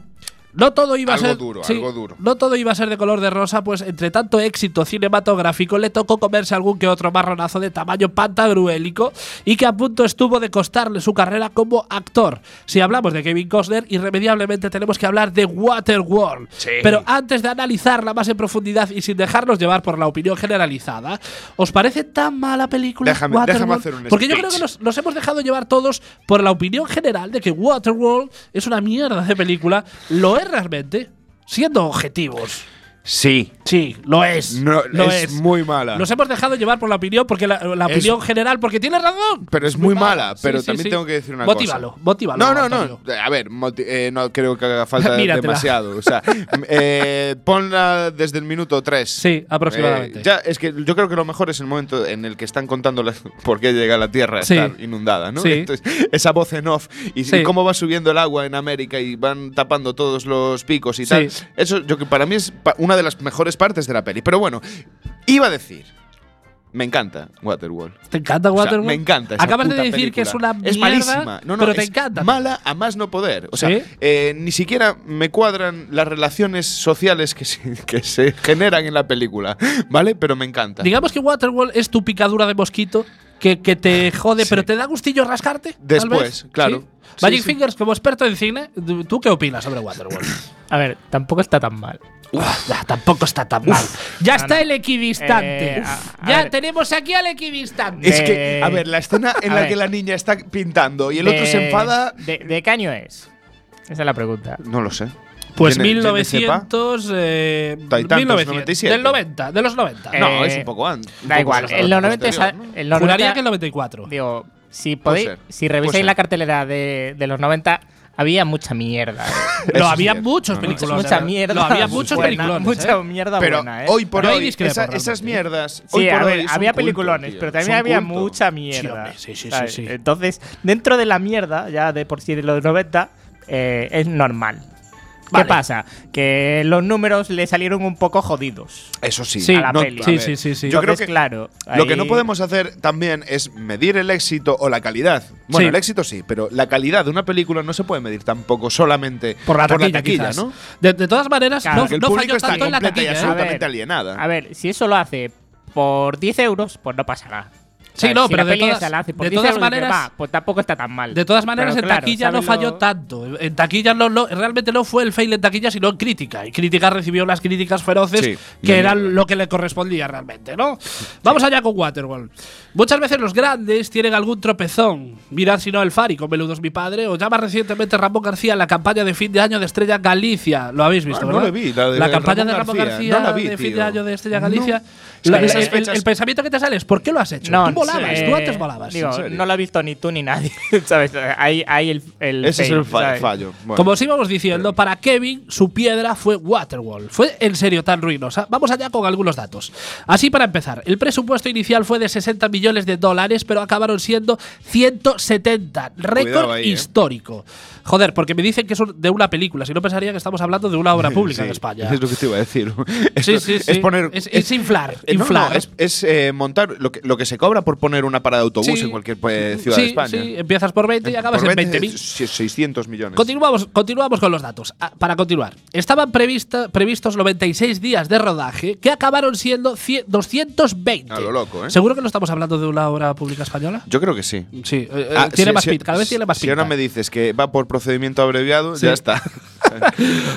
Speaker 3: No todo iba
Speaker 4: Algo
Speaker 3: a ser
Speaker 4: duro, algo duro.
Speaker 3: no todo iba a ser de color de rosa, pues entre tanto éxito cinematográfico le tocó comerse algún que otro marronazo de tamaño pantagruélico y que a punto estuvo de costarle su carrera como actor. Si hablamos de Kevin Costner, irremediablemente tenemos que hablar de Waterworld.
Speaker 4: Sí.
Speaker 3: Pero antes de analizarla más en profundidad y sin dejarnos llevar por la opinión generalizada, ¿os parece tan mala película
Speaker 4: Déjame-
Speaker 3: Waterworld?
Speaker 4: déjame hacer un
Speaker 3: Porque yo creo
Speaker 4: speech.
Speaker 3: que nos, nos hemos dejado llevar todos por la opinión general de que Waterworld es una mierda de película. Lo es realmente, siendo objetivos.
Speaker 4: sí.
Speaker 3: Sí, lo es.
Speaker 4: No,
Speaker 3: lo
Speaker 4: es, muy mala.
Speaker 3: Nos hemos dejado llevar por la opinión, porque la, la
Speaker 4: Es-
Speaker 3: opinión general, porque tienes razón.
Speaker 4: Pero es muy mala,
Speaker 3: Sí,
Speaker 4: pero
Speaker 3: sí,
Speaker 4: también
Speaker 3: sí.
Speaker 4: tengo que decir una
Speaker 3: Motívalo,
Speaker 4: cosa.
Speaker 3: motívalo,
Speaker 4: No, no,
Speaker 3: Antonio.
Speaker 4: no. A ver, moti- eh, no creo que haga
Speaker 3: *laughs*
Speaker 4: falta
Speaker 3: Míratela.
Speaker 4: demasiado. O sea, eh, ponla desde el minuto 3.
Speaker 3: Sí, aproximadamente.
Speaker 4: Eh, ya, es que yo creo que lo mejor es el momento en el que están contando la- *laughs* por qué llega la Tierra a
Speaker 3: Sí.
Speaker 4: estar inundada, ¿no?
Speaker 3: Sí.
Speaker 4: Entonces, esa voz en off y, y
Speaker 3: Sí.
Speaker 4: cómo va subiendo el agua en América y van tapando todos los picos y tal.
Speaker 3: Sí.
Speaker 4: Eso yo que para mí es pa- una de las mejores partes de la peli. Pero bueno, iba a decir, me encanta Waterworld.
Speaker 3: ¿Te encanta
Speaker 4: O sea,
Speaker 3: Waterworld?
Speaker 4: me encanta. esa
Speaker 3: Acabas de
Speaker 4: puta
Speaker 3: decir que
Speaker 4: película.
Speaker 3: es una mierda,
Speaker 4: Es malísima. No, no,
Speaker 3: pero te
Speaker 4: es
Speaker 3: encanta.
Speaker 4: Mala a más no poder. O sea,
Speaker 3: ¿Sí?
Speaker 4: eh, ni siquiera me cuadran las relaciones sociales que se, *laughs* que se generan en la película. ¿Vale? Pero me encanta.
Speaker 3: Digamos que Waterworld es tu picadura de mosquito que, que te jode,
Speaker 4: Ah, Sí.
Speaker 3: pero te da gustillo rascarte. tal
Speaker 4: Después,
Speaker 3: vez,
Speaker 4: claro.
Speaker 3: ¿sí?
Speaker 4: Sí,
Speaker 3: Magic
Speaker 4: sí.
Speaker 3: Fingers, como experto en cine, ¿tú qué opinas sobre Waterworld?
Speaker 1: A ver, tampoco está tan mal.
Speaker 3: Uf, ah, tampoco está tan mal. Ya está
Speaker 1: no.
Speaker 3: el equidistante.
Speaker 1: Eh, a- a
Speaker 3: ya
Speaker 1: ver.
Speaker 3: tenemos aquí al equidistante.
Speaker 4: es que, a ver, la escena en
Speaker 1: A
Speaker 4: la
Speaker 1: ver.
Speaker 4: que la niña está pintando y el otro
Speaker 1: De-
Speaker 4: se enfada.
Speaker 1: De, de qué año es? Esa es la pregunta.
Speaker 4: No lo sé.
Speaker 3: Pues
Speaker 4: Tiene- tiene cepa.
Speaker 3: 1900. Eh,
Speaker 4: Taitantos,
Speaker 3: 1900,
Speaker 4: 97.
Speaker 3: Del 90, de los 90.
Speaker 1: Eh,
Speaker 4: No, es un poco antes. un
Speaker 1: Da
Speaker 4: poco
Speaker 1: igual,
Speaker 4: posterior,
Speaker 1: el 90 es.
Speaker 4: ¿no?
Speaker 1: El 90
Speaker 3: Juraría que el 94.
Speaker 1: Digo, si
Speaker 4: Puede
Speaker 1: podéis,
Speaker 4: ser,
Speaker 1: si
Speaker 4: puede ser.
Speaker 1: revisáis la cartelera de, de los 90, había mucha mierda. eh.
Speaker 4: Eso
Speaker 3: Lo
Speaker 4: es
Speaker 3: había
Speaker 4: cierto.
Speaker 3: muchos
Speaker 4: No, no,
Speaker 3: películas.
Speaker 1: mucha mierda.
Speaker 3: Lo ¿eh? había muchos
Speaker 1: buena,
Speaker 3: películas.
Speaker 1: Mucha mierda
Speaker 4: Pero
Speaker 1: buena, ¿eh?
Speaker 4: hoy por
Speaker 3: Yo ahí
Speaker 4: hoy,
Speaker 3: discrepo,
Speaker 4: esa-
Speaker 3: realmente.
Speaker 4: esas mierdas.
Speaker 1: Sí,
Speaker 4: hoy por
Speaker 1: a ver,
Speaker 4: hoy son
Speaker 1: había
Speaker 4: culto,
Speaker 1: peliculones,
Speaker 4: tío,
Speaker 1: pero
Speaker 4: son
Speaker 1: también había
Speaker 4: culto.
Speaker 1: mucha
Speaker 3: Sí,
Speaker 1: mierda.
Speaker 3: hombre, sí, sí, sí,
Speaker 1: ¿sabes?
Speaker 3: sí.
Speaker 1: Entonces, dentro de la mierda, ya de por sí de los 90, eh, es normal.
Speaker 3: Vale.
Speaker 1: ¿Qué pasa? Que los números le salieron un poco jodidos.
Speaker 4: Eso sí.
Speaker 3: Sí,
Speaker 1: a la
Speaker 4: no-
Speaker 1: peli.
Speaker 4: a
Speaker 3: sí,
Speaker 4: ver,
Speaker 3: sí, sí, sí.
Speaker 4: Yo creo
Speaker 1: Entonces,
Speaker 4: que
Speaker 1: claro.
Speaker 4: Lo que no
Speaker 1: ahí-
Speaker 4: podemos hacer también es medir el éxito o la calidad. Bueno,
Speaker 3: Sí.
Speaker 4: el éxito sí, pero la calidad de una película no se puede medir tampoco solamente
Speaker 3: por la taquilla, quizás.
Speaker 4: ¿no?
Speaker 3: de, de todas maneras,
Speaker 1: Claro,
Speaker 3: no-
Speaker 1: porque
Speaker 4: el
Speaker 3: no,
Speaker 4: público
Speaker 3: falló
Speaker 4: está
Speaker 3: tanto en la
Speaker 4: completa y
Speaker 3: taquilla. ¿eh?
Speaker 1: absoluta.
Speaker 4: absolutamente
Speaker 1: A ver,
Speaker 4: alienada.
Speaker 1: A ver, si eso lo hace por 10 euros, pues no pasa nada.
Speaker 3: Sí,
Speaker 1: ¿Sabes?
Speaker 3: no,
Speaker 1: Si
Speaker 3: pero
Speaker 1: la
Speaker 3: de
Speaker 1: peli
Speaker 3: todas-
Speaker 1: esa la hace por
Speaker 3: de
Speaker 1: 10
Speaker 3: todas
Speaker 1: euros, dices,
Speaker 3: maneras-
Speaker 1: "Va, pues tampoco está tan mal.
Speaker 3: De todas maneras,
Speaker 1: Pero
Speaker 3: en
Speaker 1: claro,
Speaker 3: taquilla no
Speaker 1: ¿sabes
Speaker 3: falló
Speaker 1: lo-
Speaker 3: tanto. En- En taquilla no, no- realmente no fue el fail en taquilla, sino en crítica. Y crítica recibió las críticas feroces
Speaker 4: Sí,
Speaker 3: que
Speaker 4: de
Speaker 3: eran
Speaker 4: mierda.
Speaker 3: lo que le correspondía realmente, ¿no? Vamos allá con Waterworld. Muchas veces los grandes tienen algún tropezón. Mirad si no el Fari con Meludos mi padre, o ya más recientemente Ramón García en la campaña de fin de año de Estrella Galicia. Lo habéis visto,
Speaker 4: Ah, no
Speaker 3: ¿verdad?
Speaker 4: la vi, la de
Speaker 3: campaña
Speaker 4: Ramón
Speaker 3: de Ramón
Speaker 4: García.
Speaker 3: García,
Speaker 4: No la vi,
Speaker 3: de fin de
Speaker 4: tío.
Speaker 3: año de Estrella
Speaker 4: No.
Speaker 3: Galicia.
Speaker 4: Es que
Speaker 3: La-
Speaker 4: en esas
Speaker 3: el- el-
Speaker 4: fechas-
Speaker 3: el pensamiento que te sale es ¿por qué lo has hecho? tú volabas,
Speaker 1: eh,
Speaker 3: tú antes volabas.
Speaker 1: Digo,
Speaker 4: ¿en serio?
Speaker 1: no lo ha visto ni tú ni nadie. *laughs* ¿Sabes? Ahí, ahí el, el.
Speaker 4: Ese es
Speaker 1: fail,
Speaker 4: el fa-
Speaker 1: ¿sabes?
Speaker 4: fallo. Bueno.
Speaker 3: Como os íbamos diciendo, para Kevin su piedra fue Waterworld. Fue en serio tan ruinosa. Vamos allá con algunos datos. Así para empezar, el presupuesto inicial fue de 60 millones de dólares, pero acabaron siendo 170. Récord
Speaker 4: Cuidado ahí, ¿eh?
Speaker 3: histórico. Joder, porque me dicen que es un- de una película, si no pensaría que estamos hablando de una obra pública
Speaker 4: *laughs* Sí,
Speaker 3: en España.
Speaker 4: Es lo que te iba a decir.
Speaker 3: Sí, sí, sí.
Speaker 4: Es poner.
Speaker 3: Es- es inflar,
Speaker 4: eh, no, no,
Speaker 3: inflar.
Speaker 4: es es, eh, montar lo que, lo que se cobra por por poner una parada de autobús
Speaker 3: Sí.
Speaker 4: en cualquier pues, ciudad de
Speaker 3: Sí,
Speaker 4: España. Eh,
Speaker 3: sí, empiezas por 20 y acabas
Speaker 4: Por
Speaker 3: en 20.000.
Speaker 4: 600 millones.
Speaker 3: Continuamos, continuamos con los datos. Ah, para continuar, estaban prevista- previstos 96 días de rodaje que acabaron siendo 100 220.
Speaker 4: A lo loco, ¿eh?
Speaker 3: ¿Seguro que no estamos hablando de una obra pública española?
Speaker 4: Yo creo que sí.
Speaker 3: Sí, eh, eh,
Speaker 4: Ah,
Speaker 3: tiene
Speaker 4: si-
Speaker 3: más
Speaker 4: si-
Speaker 3: pinta, cada vez tiene más
Speaker 4: Si
Speaker 3: pinta.
Speaker 4: ahora me dices que va por procedimiento abreviado,
Speaker 3: Sí.
Speaker 4: ya está.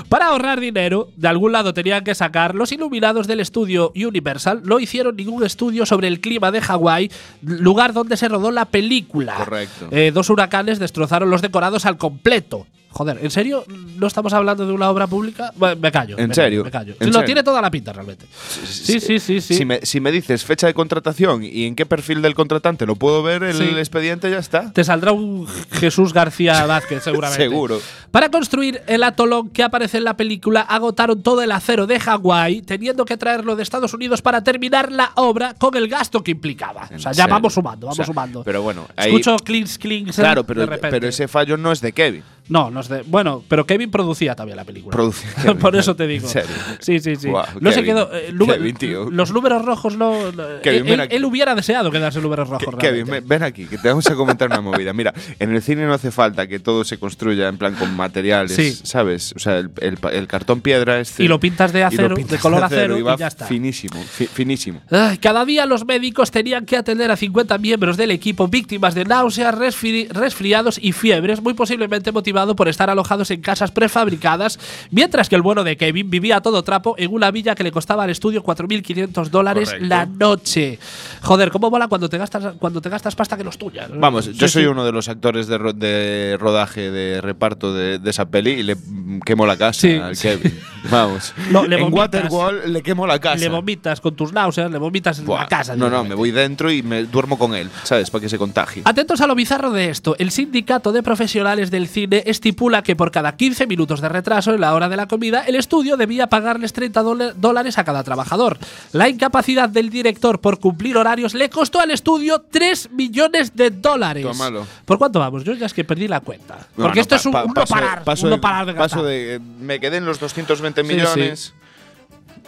Speaker 3: Para ahorrar dinero, de algún lado tenían que sacar. Los iluminados del estudio Universal no hicieron ningún estudio sobre el clima de Hawái, lugar donde se rodó la película.
Speaker 4: Correcto.
Speaker 3: Eh, dos huracanes destrozaron los decorados al completo. Joder, ¿en serio no estamos hablando de una obra pública? Bueno, me callo.
Speaker 4: ¿En
Speaker 3: me-
Speaker 4: serio?
Speaker 3: Me callo.
Speaker 4: ¿En
Speaker 3: no,
Speaker 4: serio?
Speaker 3: tiene toda la pinta realmente. Sí, sí, sí, sí.
Speaker 4: Si, me, si me dices fecha de contratación y en qué perfil del contratante lo puedo ver el
Speaker 3: Sí.
Speaker 4: expediente, ya está.
Speaker 3: Te saldrá un Jesús García Vázquez, seguramente.
Speaker 4: *laughs* Seguro.
Speaker 3: Para construir el atolón que aparece en la película, agotaron todo el acero de Hawái, teniendo que traerlo de Estados Unidos para terminar la obra con el gasto que implicaba. O sea,
Speaker 4: En
Speaker 3: ya
Speaker 4: serio.
Speaker 3: vamos sumando,
Speaker 4: O
Speaker 3: vamos
Speaker 4: sea,
Speaker 3: sumando.
Speaker 4: Pero bueno, ahí-
Speaker 3: Escucho clings, clings.
Speaker 4: Claro,
Speaker 3: de
Speaker 4: pero,
Speaker 3: repente.
Speaker 4: pero ese fallo no es de Kevin.
Speaker 3: No, no es de- bueno, pero Kevin producía también la película. *laughs*
Speaker 4: Producía Kevin,
Speaker 3: Por eso
Speaker 4: ¿en
Speaker 3: te digo.
Speaker 4: serio?
Speaker 3: Sí, sí, sí.
Speaker 4: Guau,
Speaker 3: no se
Speaker 4: Kevin,
Speaker 3: quedó. eh, nube-
Speaker 4: Kevin, tío.
Speaker 3: Los números rojos no. no- eh,
Speaker 4: Kevin,
Speaker 3: él,
Speaker 4: ven aquí.
Speaker 3: él hubiera deseado quedarse en números rojos.
Speaker 4: Ke- Kevin,
Speaker 3: realmente.
Speaker 4: ven- ven aquí, que te vamos a comentar una movida. Mira, en el cine no hace falta que todo se construya en plan con materiales,
Speaker 3: Sí.
Speaker 4: ¿sabes? O sea, el, el pa- el cartón piedra este.
Speaker 3: Y lo pintas de
Speaker 4: y lo
Speaker 3: acero, de
Speaker 4: pintas
Speaker 3: color acero, y
Speaker 4: va
Speaker 3: ya está.
Speaker 4: Finísimo, fi- finísimo.
Speaker 3: Ay, Ah, cada día los médicos tenían que atender a 50 miembros del equipo víctimas de náuseas, resfri- resfriados y fiebres, muy posiblemente motivado por estar alojados en casas prefabricadas, mientras que el bueno de Kevin vivía a todo trapo en una villa que le costaba al estudio 4.500 dólares
Speaker 4: Correcto.
Speaker 3: la noche. Joder, ¿cómo mola cuando te gastas, cuando te gastas pasta que los tuyas?
Speaker 4: Vamos,
Speaker 3: Mm. Sí,
Speaker 4: yo soy
Speaker 3: sí.
Speaker 4: uno de los actores de, ro- de rodaje, de reparto de, de esa peli y le mm, quemo la casa
Speaker 3: Sí,
Speaker 4: al
Speaker 3: sí. *laughs*
Speaker 4: Kevin. Vamos.
Speaker 3: No, le
Speaker 4: en
Speaker 3: vomitas.
Speaker 4: Waterwall le quemo la casa.
Speaker 3: Le vomitas con tus náuseas, le vomitas en
Speaker 4: Buah,
Speaker 3: la casa.
Speaker 4: No, no,
Speaker 3: directamente.
Speaker 4: me voy dentro y me duermo con él, ¿sabes? Para que se contagie.
Speaker 3: Atentos a lo bizarro de esto. El sindicato de profesionales del cine estipula que por cada 15 minutos de retraso en la hora de la comida, el estudio debía pagarles 30 dola- dólares a cada trabajador. La incapacidad del director por cumplir horarios le costó al estudio 3 millones de dólares.
Speaker 4: Tómalo.
Speaker 3: ¿Por cuánto vamos? Yo ya es que perdí la cuenta. Porque
Speaker 4: Bueno,
Speaker 3: esto
Speaker 4: pa-
Speaker 3: es un,
Speaker 4: pa-
Speaker 3: un
Speaker 4: paso-
Speaker 3: no parar.
Speaker 4: paso
Speaker 3: un no
Speaker 4: de-
Speaker 3: parar de
Speaker 4: paso
Speaker 3: gastar.
Speaker 4: de, eh, me quedé en los 220
Speaker 3: Sí,
Speaker 4: millones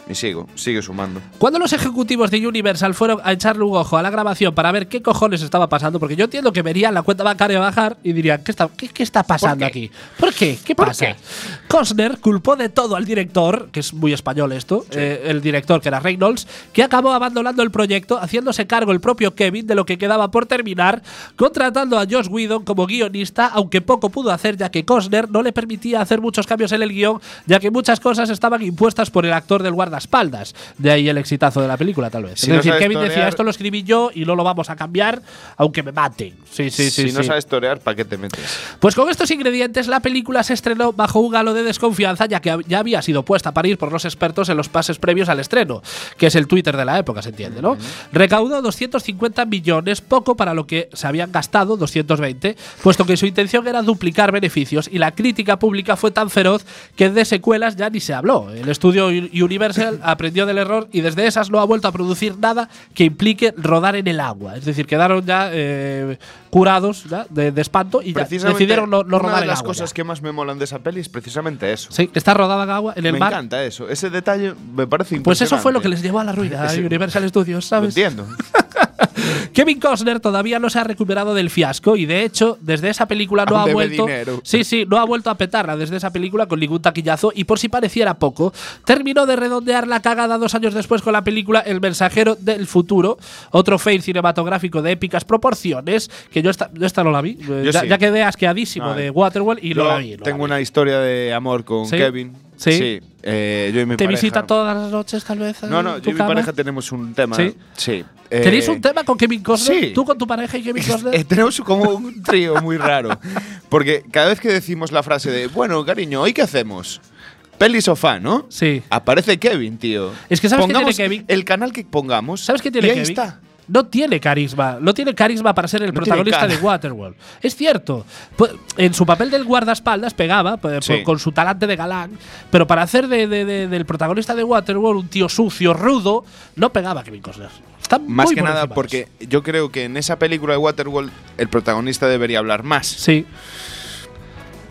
Speaker 4: y sigo, sigue sumando.
Speaker 3: Cuando los ejecutivos de Universal fueron a echarle un ojo a la grabación para ver qué cojones estaba pasando, porque yo entiendo que verían la cuenta bancaria bajar y dirían, ¿qué está, qué, qué está pasando
Speaker 4: ¿Por qué?
Speaker 3: aquí? ¿Por qué? ¿Qué pasa? Costner culpó de todo al director, que es muy español esto, eh, el director que era Reynolds, que acabó abandonando el proyecto, haciéndose cargo el propio Kevin de lo que quedaba por terminar, contratando a Josh Whedon como guionista, aunque poco pudo hacer ya que Costner no le permitía hacer muchos cambios en el guión, ya que muchas cosas estaban impuestas por el actor del guardaespaldas. De ahí el exitazo de la película, tal vez.
Speaker 4: Si
Speaker 3: es
Speaker 4: no
Speaker 3: decir,
Speaker 4: sabes
Speaker 3: Kevin decía,
Speaker 4: torear-
Speaker 3: esto lo escribí yo y no lo vamos a cambiar, aunque me maten. Sí, sí, sí.
Speaker 4: si no
Speaker 3: sí.
Speaker 4: sabes torear, ¿para qué te metes?
Speaker 3: Pues con estos ingredientes, la película se estrenó bajo un halo de desconfianza, ya que hab- ya había sido puesta a parir por los expertos en los pases previos al estreno, que es el Twitter de la época, se entiende, ¿no? Recaudó 250 millones, poco para lo que se habían gastado 220, puesto que su intención era duplicar beneficios y la crítica pública fue tan feroz que de secuelas ya ni se habló. El estudio Uni- Universal aprendió del error y desde esas no ha vuelto a producir nada que implique rodar en el agua. Es decir, quedaron ya eh, curados ya, de, de espanto y ya
Speaker 4: Precisamente
Speaker 3: decidieron no, no
Speaker 4: una
Speaker 3: rodar
Speaker 4: de
Speaker 3: en
Speaker 4: las
Speaker 3: agua
Speaker 4: cosas
Speaker 3: ya.
Speaker 4: que más me molan de esa peli es precisamente eso.
Speaker 3: Sí, que está rodada en agua, en el
Speaker 4: me
Speaker 3: mar.
Speaker 4: encanta eso. Ese detalle me parece impresionante.
Speaker 3: Pues eso fue lo que les llevó a la ruina a
Speaker 4: *laughs* Sí.
Speaker 3: Universal Studios,
Speaker 4: Lo
Speaker 3: ¿sabes?
Speaker 4: entiendo.
Speaker 3: Kevin Costner todavía no se ha recuperado del fiasco y de hecho desde esa película no
Speaker 4: Aún
Speaker 3: ha
Speaker 4: debe
Speaker 3: vuelto.
Speaker 4: dinero.
Speaker 3: Sí, sí, no ha vuelto a petarla desde esa película con ningún taquillazo y por si pareciera poco, terminó de redondear la cagada dos años después con la película El mensajero del futuro, otro fail cinematográfico de épicas proporciones que yo esta, yo esta no la vi, eh,
Speaker 4: Yo
Speaker 3: ya,
Speaker 4: sí.
Speaker 3: ya quedé asqueadísimo
Speaker 4: No,
Speaker 3: de Waterworld y no
Speaker 4: Yo
Speaker 3: la vi. no la
Speaker 4: tengo
Speaker 3: vi.
Speaker 4: una historia de amor con
Speaker 3: ¿Sí?
Speaker 4: Kevin.
Speaker 3: ¿Sí?
Speaker 4: Eh, yo y mi
Speaker 3: ¿Te
Speaker 4: pareja-
Speaker 3: visita todas las noches tal vez?
Speaker 4: No,
Speaker 3: en
Speaker 4: no,
Speaker 3: tu
Speaker 4: yo y mi
Speaker 3: cama?
Speaker 4: pareja tenemos un tema.
Speaker 3: ¿Sí?
Speaker 4: sí.
Speaker 3: ¿Tenéis
Speaker 4: Eh,
Speaker 3: un tema con Kevin Costner?
Speaker 4: sí.
Speaker 3: ¿Tú con tu pareja y Kevin Costner?
Speaker 4: Eh, tenemos como un trío muy raro. Porque cada vez que decimos la frase de, bueno, cariño, ¿hoy qué hacemos? Peli sofá, ¿no?
Speaker 3: Sí.
Speaker 4: Aparece Kevin, tío.
Speaker 3: Es que ¿sabes qué tiene
Speaker 4: Pongamos
Speaker 3: Kevin?
Speaker 4: El canal que pongamos.
Speaker 3: ¿Sabes qué tiene
Speaker 4: y ahí
Speaker 3: Kevin?
Speaker 4: está.
Speaker 3: No tiene carisma, no tiene carisma para ser el
Speaker 4: No tiene
Speaker 3: protagonista
Speaker 4: cara.
Speaker 3: de Waterworld. Es cierto, pu- en su papel del guardaespaldas pegaba p-
Speaker 4: Sí.
Speaker 3: por- con su talante de galán, pero para hacer de- de- de- del protagonista de Waterworld un tío sucio, rudo, no pegaba a Kevin Costner. Está
Speaker 4: Más
Speaker 3: muy
Speaker 4: que
Speaker 3: por
Speaker 4: nada
Speaker 3: encima de
Speaker 4: porque
Speaker 3: eso.
Speaker 4: yo creo que en esa película de Waterworld el protagonista debería hablar más.
Speaker 3: Sí.